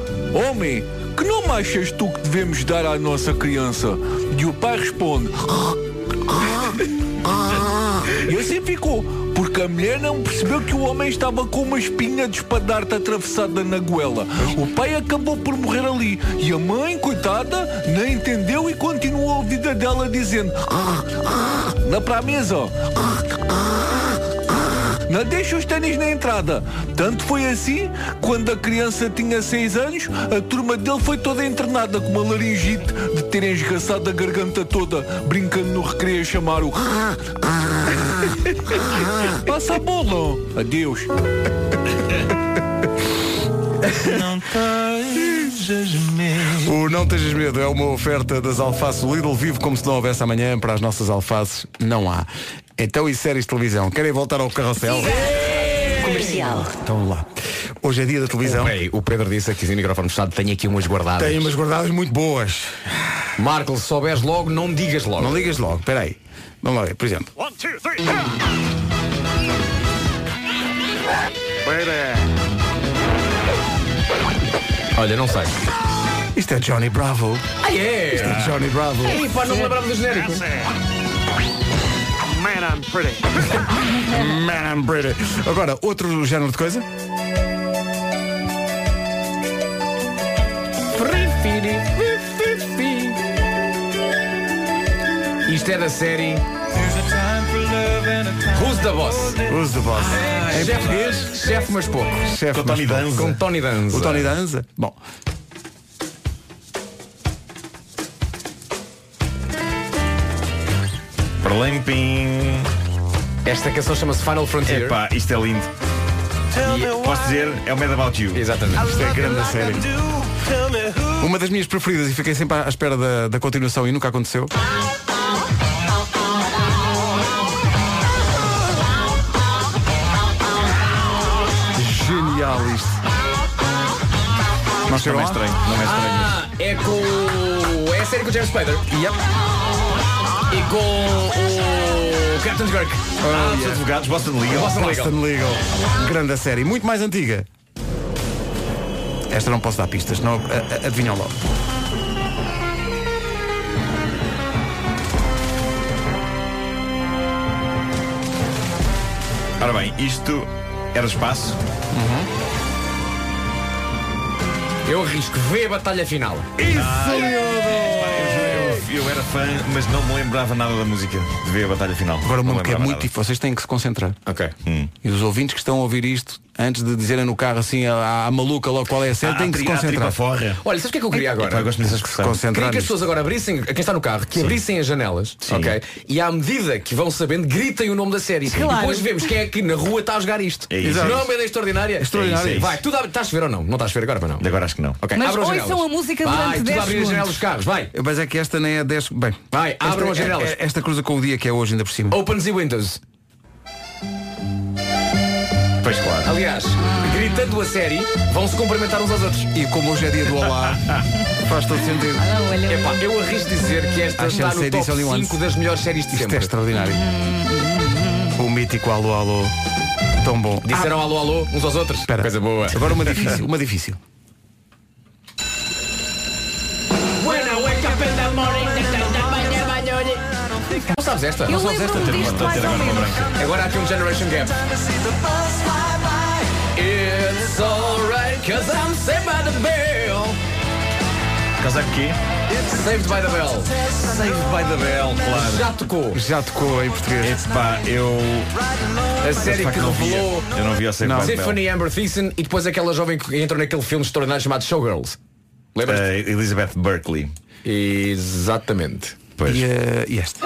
Homem, que nome achas tu que devemos dar à nossa criança? E o pai responde: E assim ficou, porque a mulher não percebeu que o homem estava com uma espinha de espadarta atravessada na goela. O pai acabou por morrer ali e a mãe, coitada, não entendeu e continuou a vida dela dizendo: "Ah, Dá para a mesa. Não deixa os ténis na entrada. Tanto foi assim, quando a criança tinha 6 anos, a turma dele foi toda internada com uma laringite de terem esgaçado a garganta toda, brincando no recreio a chamar o. Passa a bola. Adeus.
Não
É
tejas medo. O Não Tejas Medo é uma oferta das alfaces Lidl vivo como se não houvesse amanhã para as nossas alfaces. Não há. Então e séries de televisão? Querem voltar ao carrossel?
Comercial.
Então lá. Hoje é dia da televisão.
Ei, o Pedro disse aqui sem microfone fechado, tenho aqui umas guardadas.
Tem umas guardadas muito boas.
Marco, se souberes logo, não me digas logo.
Não ligas logo, peraí. Vamos lá ver, por exemplo.
One, two, three.
Olha, não sei.
Isto é Johnny Bravo.
Ah, é?
Isto é Johnny Bravo.
Ei, pá, não me lembrava do genérico.
Man, I'm pretty.
Man, I'm British. Agora, outro género de coisa.
Isto é da série Who's the Boss?
Who's the boss? em
chefe-
português?
Chefe, mas pouco.
Chefe,
Com Tony
mas pouco.
Danza. Com Tony Danza.
O Tony Danza. Bom.
Perlempim.
Esta canção chama-se Final Frontier.
Epá, isto é lindo. E posso dizer, é o Mad About You.
Exatamente.
Isto é grande a série. Uma das minhas preferidas e fiquei sempre à à espera da, da continuação e nunca aconteceu. Genial isto. Não chegou
é
lá?
estranho, não é estranho.
Ah, é com. É a série com o James Spader. Yep. E com o. Captain Kirk.
Ah, os advogados, Boston Legal.
Boston Legal.
Boston Legal. Grande a série. Muito mais antiga. Esta não posso dar pistas, não adivinham logo.
Ora bem, isto era espaço.
Uhum.
Eu arrisco. Vê a batalha final.
Isso, miúdo!
Eu, eu era fã, mas não me lembrava nada da música de ver a batalha final.
Agora o
Não
mundo
me
que é
lembrava
muito
nada.
difícil. Vocês têm que se concentrar.
Ok.
E os ouvintes que estão a ouvir isto, antes de dizerem no carro assim à, à maluca logo qual é a cena,
À-
têm
à
que se
tri- à
concentrar.
tripaforra.
Olha, sabes o que é que eu queria agora?
Epá, eu gosto dessa expressão.
Queria
Concentrar
que as pessoas agora abrissem, quem está no carro, que abrissem as janelas, ok? E à medida que vão sabendo, gritem o nome da série.
Claro.
E depois vemos quem é que na rua está a jogar isto.
É isso.
Não é da extraordinária?
Extraordinária. É isso, é
Vai,
isso.
tudo abre- estás a ver ou não? Não estás a ver agora, mas não.
Agora
é
acho que não.
Ok,
Mas
abram as
ouçam
janelas.
a música
Vai,
durante
tudo
10
abrir as janelas
segundos.
dos carros, vai.
Mas é que esta nem é 10. Bem,
vai, abram as
esta,
janelas.
é- Esta cruza com o dia que é hoje, ainda por cima.
Opens e windows.
Pois claro.
Aliás, gritando a série, vão-se cumprimentar uns aos outros.
E como hoje é dia do Olá, faz todo sentido.
É Epá, eu arrisco dizer que esta
Acho
está
essa
no top
edição de um
5 das melhores séries de
Isto
sempre.
é extraordinário. O mítico alô alô. Tão bom.
Disseram alô alô uns aos outros. Coisa boa.
Agora uma difícil, uma difícil.
When I
é
wake up in the morning,
Não sabes esta?
Eu
não sabes esta?
lembro-me disto Estou a ter mais agora ou uma menos.
Agora há aqui um Generation Gap. It's alright, cause I'm saved by the bell.
Cause I'm quê?
Saved by the bell.
Saved by the bell, claro.
Já tocou.
Já tocou em português.
Epá, eu.
A série
Epá,
que
não via.
revelou
Eu não vi a Saved by the Bell.
Tiffany Amber Thiessen e depois aquela jovem que entrou naquele filme extraordinário chamado Showgirls. Lembras?
Eh, Elizabeth Berkeley.
Exatamente.
Pois.
E, eh, e este?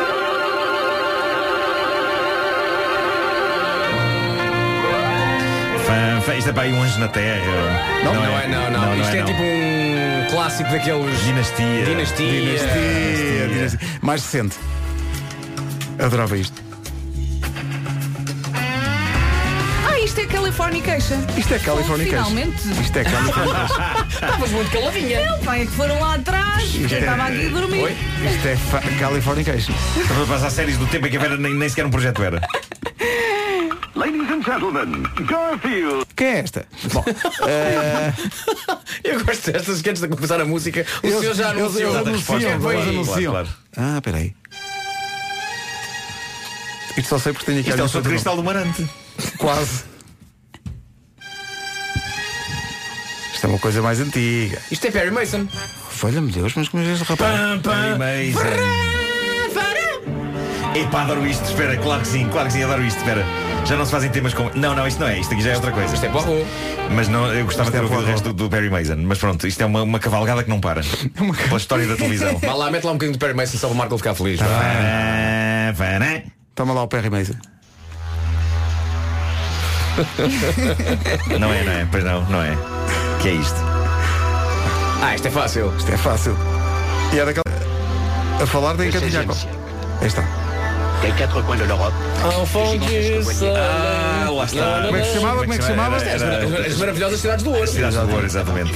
Fã, fã. Isto é para aí um anjo na terra.
Não, não, é, não, não. Isto é, tipo um clássico daqueles.
Dinastia.
Dinastia.
Dinastia, dinastia. Mais recente. Adorava isto.
Ah, isto é Californication.
Isto é Californication.
Finalmente.
Isto é Californication.
Então, Estavas muito caladinha.
Não, pai, é que foram lá atrás.
Isto
Eu
é-
estava aqui a dormir.
Oi? Isto é fa- Californication.
Estava a passar séries do tempo em que a Vera nem, nem sequer um projeto era.
Ladies and gentlemen, Garfield.
Quem é esta? Bom, eh,
Eu gosto destas antes de começar a música. O senhor já
eles-
anunciou.
eles anunciam,
Quem foi?
eles anunciam. Ah, peraí. Isto só sei porque tenho aqui
Isto é
a
o som de cristal do Marante.
Quase. Isto é uma coisa mais antiga.
Isto é Perry Mason.
Olha-me Deus, mas como é este rapaz? é-
Perry Mason. Epá, adoro isto, espera, claro que sim, claro que sim, adoro isto, espera. Já não se fazem temas como. Não, não, isto não é, isto aqui já é outra coisa. Isto
é Poirot.
Mas não, eu gostava
Isto é
de ter ouvido o
Poirot.
resto do, do Perry Mason. Mas pronto, isto é uma, uma cavalgada que não para. Pela história da televisão.
Vá lá, mete lá um bocadinho de Perry Mason só para o Marco ficar feliz. vá.
Pará, pará.
Toma lá o Perry Mason.
Não é, não é, pois não, não é. Que é isto?
Ah, isto é fácil.
Isto é fácil. E é daquela. A falar da Encanto Jacob. Aí está.
Les quatre coins de l'Europe.
Ah, lá está.
Como é que se chamava? Como é que se chamava?
Era-
As, as maravilhosas cidades do ouro.
Cidades do Ouro, exatamente.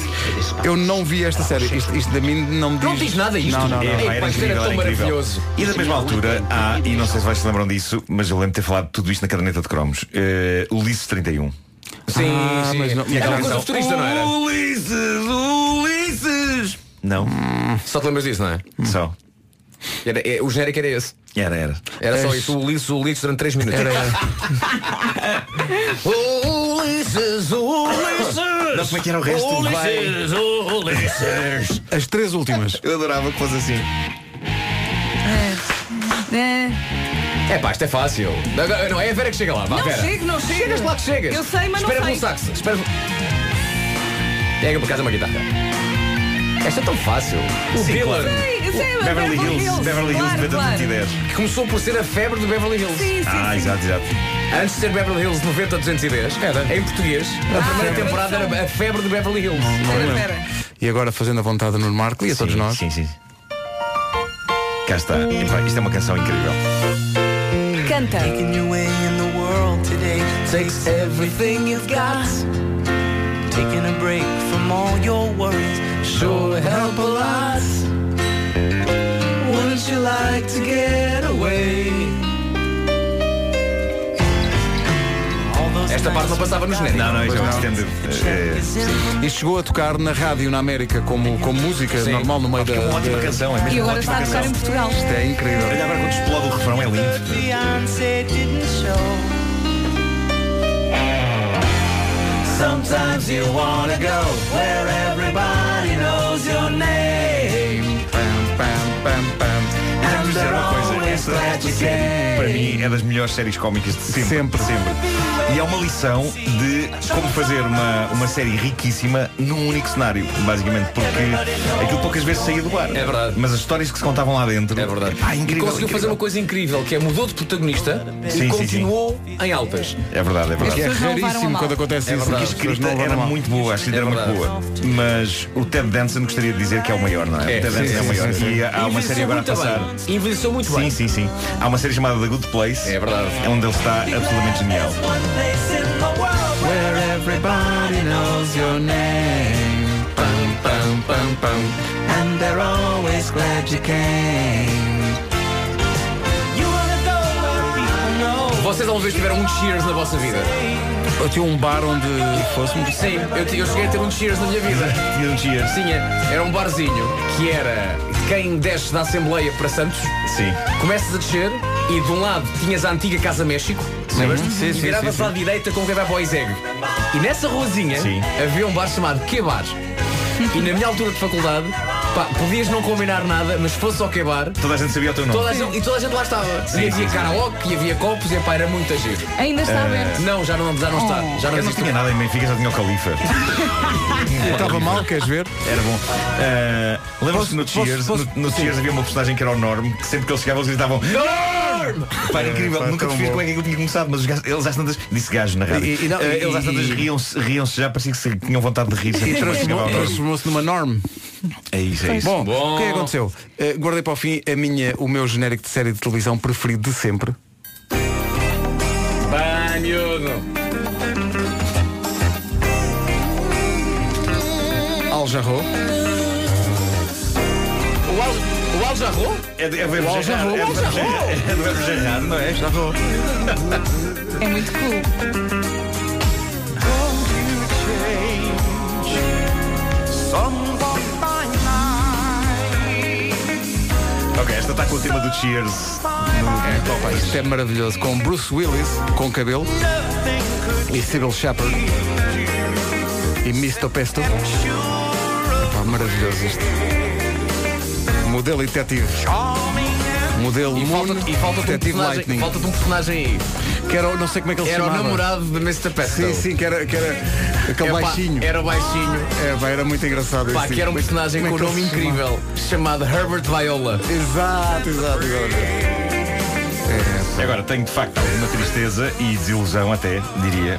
Eu não vi esta série. Isto, isto de mim não me diz.
Não diz nada isto.
Não, não, não.
É,
Epá,
pá, isto era tão maravilhoso.
E da mesma altura há, e não sei se vais se lembram disso, mas eu lembro de ter falado tudo isto na caderneta de cromos. Eh, Ulisses 31.
Sim,
Ah,
sim.
mas não-
E aquela
mas
coisa
não.
futurista, não era?
Ulisses! Ulisses! Não,
Só te lembras disso, não é?
só.
Era, é, o genérico era esse.
Era, era.
Era só
És-
isso. O Ulisses, o Ulisses durante 3 minutos.
É. Era, era.
Ulisses, Ulisses.
Não, como é que era o resto?
Ulisses, Ulisses.
As três últimas.
Eu adorava que fosse assim.
É.
É pá, isto é fácil. Agora- Não, é a Vera que chega lá. Vá,
Não
Vera.
chego, não chego.
Chegas lá que chegas.
Eu sei, mas não
espera
sei.
um saxo. Espera Pega por casa uma guitarra. Esta é tão fácil. O Dylan.
Sei, sei, mas
Beverly Hills, Beverly Hills,
claro, claro.
90-210.
Que começou por ser a febre do Beverly Hills.
Sim, sim,
Ah,
sim.
exato, exato.
Antes de ser Beverly Hills 90 210, era. em português, a
Ah,
primeira temporada era a febre de Beverly Hills.
Espera, espera.
E agora fazendo a vontade no Marco e a todos
Sim,
nós.
Sim, sim. Cá está. Epá, isto é uma canção incrível.
Canta.
Takes everything you've got. Taking a break from all your worries sure help a lot. Wouldn't you like to get away?
Esta parte não passava nos netos.
Não, não, isto é um
Pois não.
extendido. Eh,
Isto chegou a tocar na rádio na América como, como música
Sim.
normal no meio da.
É uma ótima
da-
canção, é mesmo
E
uma
agora
ótima
está
canção.
a tocar em Portugal.
Isto é incrível.
Olha agora quando explode o refrão, é lindo.
Beyonce didn't show. Sometimes you wanna go where everybody knows your name.
Pam, pam, pam, pam,
vos dizer uma coisa. Essa série, para mim, é das melhores séries cómicas de sempre. Sempre. sempre. E é uma lição de como fazer uma, uma série riquíssima num único cenário, basicamente, porque aquilo poucas vezes saía do ar. É verdade. Mas as histórias que se contavam lá dentro. É verdade. Pá,
E
incrível.
conseguiu fazer
incrível.
uma coisa incrível, que é mudou de protagonista
Sim, sim,
e continuou em altas.
É verdade, é verdade.
As pessoas não levaram a mal. É
Porque a
verdade, as
escrita
pessoas não levaram
era
a mal. É
muito boa, a escrita era muito boa. Mas o Ted Danson gostaria de dizer que é o maior, não é?
É,
o Ted
sim,
Danson é o
sim,
maior.
sim, sim.
E há uma
Envelheceu
série agora a
muito
passar.
bem. Envelheceu muito
sim,
bem.
Sim, sim, Há uma série chamada The Good Place. É verdade. Onde ele está absolutamente genial.
Where everybody knows your name. Pam, pam, pam, pam. And they're always glad you came. You wanna go where people know.
Vocês alguma vez tiveram um cheers na vossa vida?
Eu tinha um bar onde fôssemos.
Sim, eu, ti- eu cheguei a ter um cheers na minha vida.
Tinha um cheers?
Sim, é- era um barzinho que era quem desce da Assembleia para Santos.
Sim.
Começas a descer e de um lado tinhas a antiga Casa México.
Sim.
lembras-te?
Sim,
e
sim,
virava-se
sim, sim.
à direita com quem vai para o Izeg. E nessa ruazinha havia um bar chamado Que Bar. E na minha altura de faculdade, pá, podias não combinar nada, mas se fosse ao Que Bar.
Toda a gente sabia o teu nome.
Toda a gente- e toda a gente lá estava.
Sim, sim,
e
Eh,
havia
sim.
karaoke, e havia copos, e pá, era muito agir.
Ainda está aberto.
Não, já não, já não está. Já não
Eu não
existe.
tinha nada em Benfica, já tinha o Califa.
Estava mal, queres ver?
Era bom. Ah, Lembras-te que no Cheers, no, no Cheers havia uma personagem que era o Norm, que sempre que ele chegava eles gritavam Norm! Pá, era incrível,
Pá,
nunca
tão
percebi
bom.
como é que aquilo tinha começado, mas os gajos- eles às tantas. Disse gajo na rádio.
E- e não,
Ah, eles às
e-
tantas
e-
riam-se riam já parecia que se- tinham vontade de rir. sempre
E
que chegava
transformou-
ao Norm.
transformou-se numa norm.
É isso, é isso.
Bom, o que é que aconteceu? Eh, guardei para o fim a minha, o meu genérico de série de televisão preferido de sempre.
Vai, miúdo.
Al Jarro.
O Al, o Al Jarro?
É do Evo
O Al Jarro.
Gerrard, é do Evo Gerrard, é do Evo Gerrard, não é? Jarro.
É muito cool.
Ok, esta está com o tema do Cheers.
Isto é maravilhoso. Com Bruce Willis, com cabelo. E Sybil Shepherd. E Misto Pesto. Epá, maravilhoso isto. Modelo e detetive. Modelo
E
Moon,
falta- e falta-te um
detetive
personagem-
Lightning.
falta-te um personagem aí.
Que era, o- não sei como é que ele se
Era o
chamava.
namorado de Mr. Pesto.
Sim, sim, que era, que era aquele
Epá,
baixinho.
Era o baixinho.
É, pá, era muito engraçado.
Pá,
esse
que era um
tipo. Como é-
personagem
como
com
é
um
que ele
nome
se chamava?
incrível, chamado Herbert Viola.
Exato, exato,
É.
Agora tenho de facto alguma tristeza e desilusão até, diria,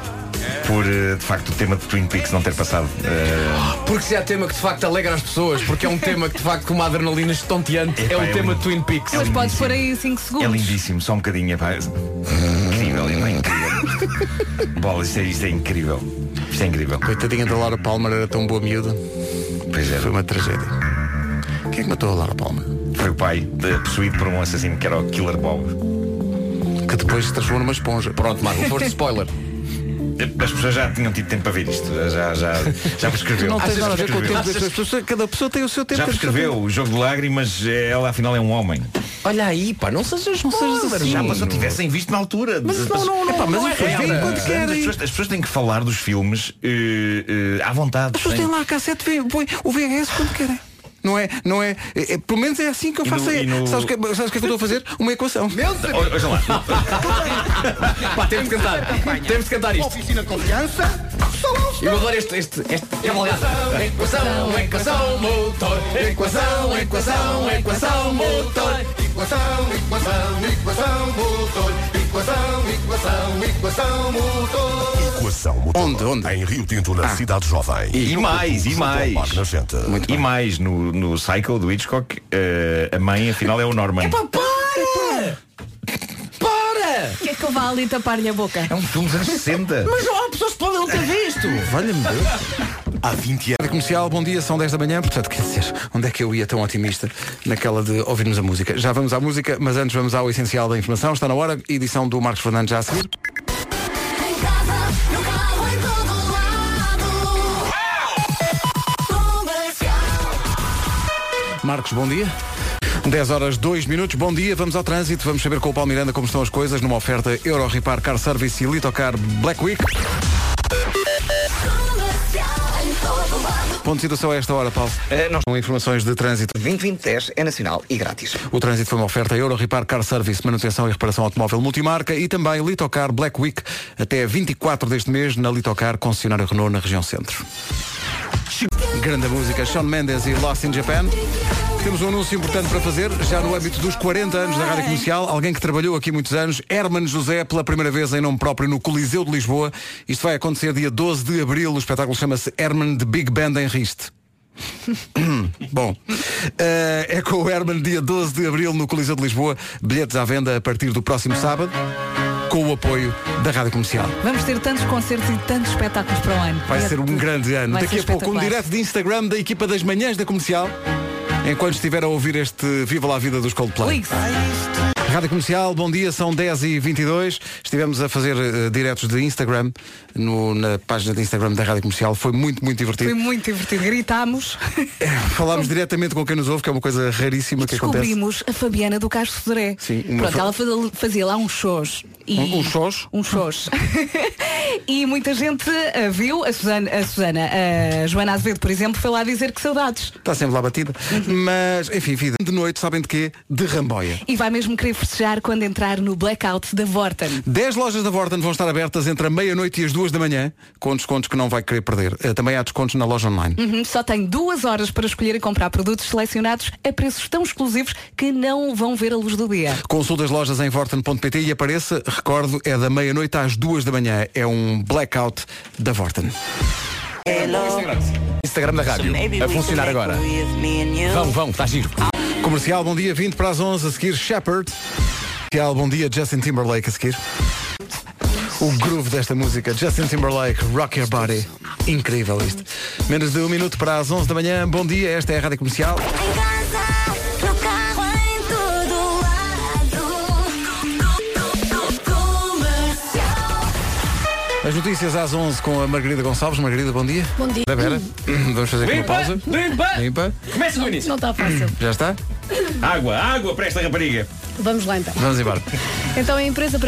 por eh, de facto o tema de Twin Peaks não ter passado. eh,
Porque se há tema que de facto alegra as pessoas, porque é um tema que de facto com uma adrenalina estonteante, é,
Epá,
o
é
tema
lindo.
Twin Peaks.
Mas podes pôr aí 5
é
segundos.
lindíssimo, só um bocadinho, pá. Incrível, é bem incrível. Bola, isto é, isto é incrível. Isto é incrível.
Coitadinha da Laura Palmer era tão boa miúda.
Pois é.
Foi uma tragédia. Quem é que matou a Laura Palmer?
Foi o pai, de- possuído por um assassino que era o Killer Bob.
Que depois se transformou numa esponja.
Pronto, Marco, foste spoiler.
As pessoas já tinham tido tempo para ver isto. Já, já, já prescreveu.
Tu não tens
Achas
nada a
que
ver com o tempo
prescreveu?
das pessoas. Cada pessoa tem o seu tempo.
Já prescreveu o jogo de lágrimas, eh, ela afinal é um homem.
Olha aí, pá, não sejas, não
sejas assim. Já, mas se eu tivessem visto na altura.
Mas não, não, não.
Epá,
não é
isso foi
regra.
bem quando querem. As pessoas, as pessoas têm que falar dos filmes eh, eh, à vontade.
As pessoas têm lá a cassete, vê- põe o VHS quando querem. Não é, não é, é- é- Pelo menos é assim que eu
E
faço.
no-
é-
e no-
sabes, o que, sabes o que é que eu estou a fazer? Uma equação. Meu
Olha olha lá.
Pá, temos de cantar. Temos de cantar isto.
Oficina de confiança.
Eu adoro este. este, este.
Equação, equação, motor. Equação, equação, equação, motor. Equação, equação, equação, motor. Equação, equação, equação, motor.
Equação motor. Onde, onde? Em Rio Tinto,
Ah.
na Cidade Jovem.
E,
no
mais,
percurso
e
junto ao
mais.
Parque da Gente.
E mais, no, no Psycho do Hitchcock, eh, a mãe afinal é o Norman.
Para! Para! que é que ele vai ali tapar-lhe a boca?
É um filme dos anos 60.
Mas não há pessoas que podem não ter visto!
Valha-me Deus. Há 20 anos. Comercial, bom dia, são 10 da manhã, portanto, quer dizer, onde é que eu ia tão otimista naquela de ouvirmos a música? Já vamos à música, mas antes vamos ao essencial da informação, está na hora, edição do Marcos Fernandes já a seguir. Marcos, bom dia. 10 horas 2 minutos, bom dia, vamos ao trânsito, vamos saber com o Paulo Miranda como estão as coisas numa oferta Euro Repar Car Service e Litocar Black Week. Ponto de situação é a esta hora, Paulo.
Eh,
Com informações de trânsito.
2020 é nacional e grátis.
O trânsito foi uma oferta a Euro Repar Car Service, manutenção e reparação automóvel multimarca e também Litocar Black Week até 24 deste mês na Litocar, concessionário Renault na região centro. Grande música, Sean Mendes e Lost in Japan. Temos um anúncio importante para fazer, já no âmbito dos 40 anos da Rádio Comercial, alguém que trabalhou aqui muitos anos, Herman José, pela primeira vez em nome próprio no Coliseu de Lisboa. Isto vai acontecer dia 12 de Abril, o espetáculo chama-se Herman de Big Band em Riste. Bom, eh, é com o Herman dia 12 de Abril no Coliseu de Lisboa, bilhetes à venda a partir do próximo sábado, com o apoio da Rádio Comercial.
Vamos ter tantos concertos e tantos espetáculos para o ano.
Vai
É
ser um
tudo.
grande ano.
Vai
Daqui
ser
a pouco, um
espetacular.
direto de Instagram da equipa das manhãs da comercial. Enquanto estiver a ouvir este Viva lá a Vida dos Coldplay. Rádio Comercial, bom dia, são 10 e 22 Estivemos a fazer eh, diretos de Instagram no- na página de Instagram da Rádio Comercial. Foi muito, muito divertido. Eh,
Foi muito divertido. Gritámos,
Falámos diretamente com quem nos ouve, que é uma coisa raríssima que é acontece.
descobrimos a Fabiana do Castro Sodré.
Sim, uma
Pronto,
fa-
ela fa- fazia lá uns shows. E...
Um- uns shows?
Uns shows. e muita gente ah, viu. A Susana, a, Susana, a Joana Azevedo, por exemplo, foi lá dizer que saudades.
Está sempre lá batida. Mas, enfim, vida. De noite, sabem de quê? De ramboia.
E vai mesmo querer festejar quando entrar no blackout da Vorten.
10 lojas da Vorten vão estar abertas entre a meia-noite e as duas da manhã, com descontos que não vai querer perder. Eh, Também há descontos na loja online.
Uhum, Só tem duas horas para escolher e comprar produtos selecionados a preços tão exclusivos que não vão ver a luz do dia.
Consulte as lojas em vorten.pt e apareça, recordo, é da meia-noite às duas da manhã. É um blackout da Vorten.
Instagram da rádio. A funcionar agora. Vão, vão,
tá
está giro.
Comercial, bom dia, 20 para as 11, a seguir Shepard. Comercial, bom dia, Justin Timberlake, a seguir. O groove desta música, Justin Timberlake, Rock Your Body. Incrível isto. Menos de um minuto para as 11 da manhã, bom dia, esta é a Rádio Comercial.
No carro em todo lado. Comercial.
As notícias às 11 com a Margarida Gonçalves. Margarida, bom dia.
Bom dia.
Da Vera. Vamos fazer aqui uma
Limpa,
pausa. Limpa! Limpa.
Começa com o início.
Não está fácil.
Já está?
Água, água para esta rapariga.
Vamos lá então.
Vamos embora.
Então a empresa para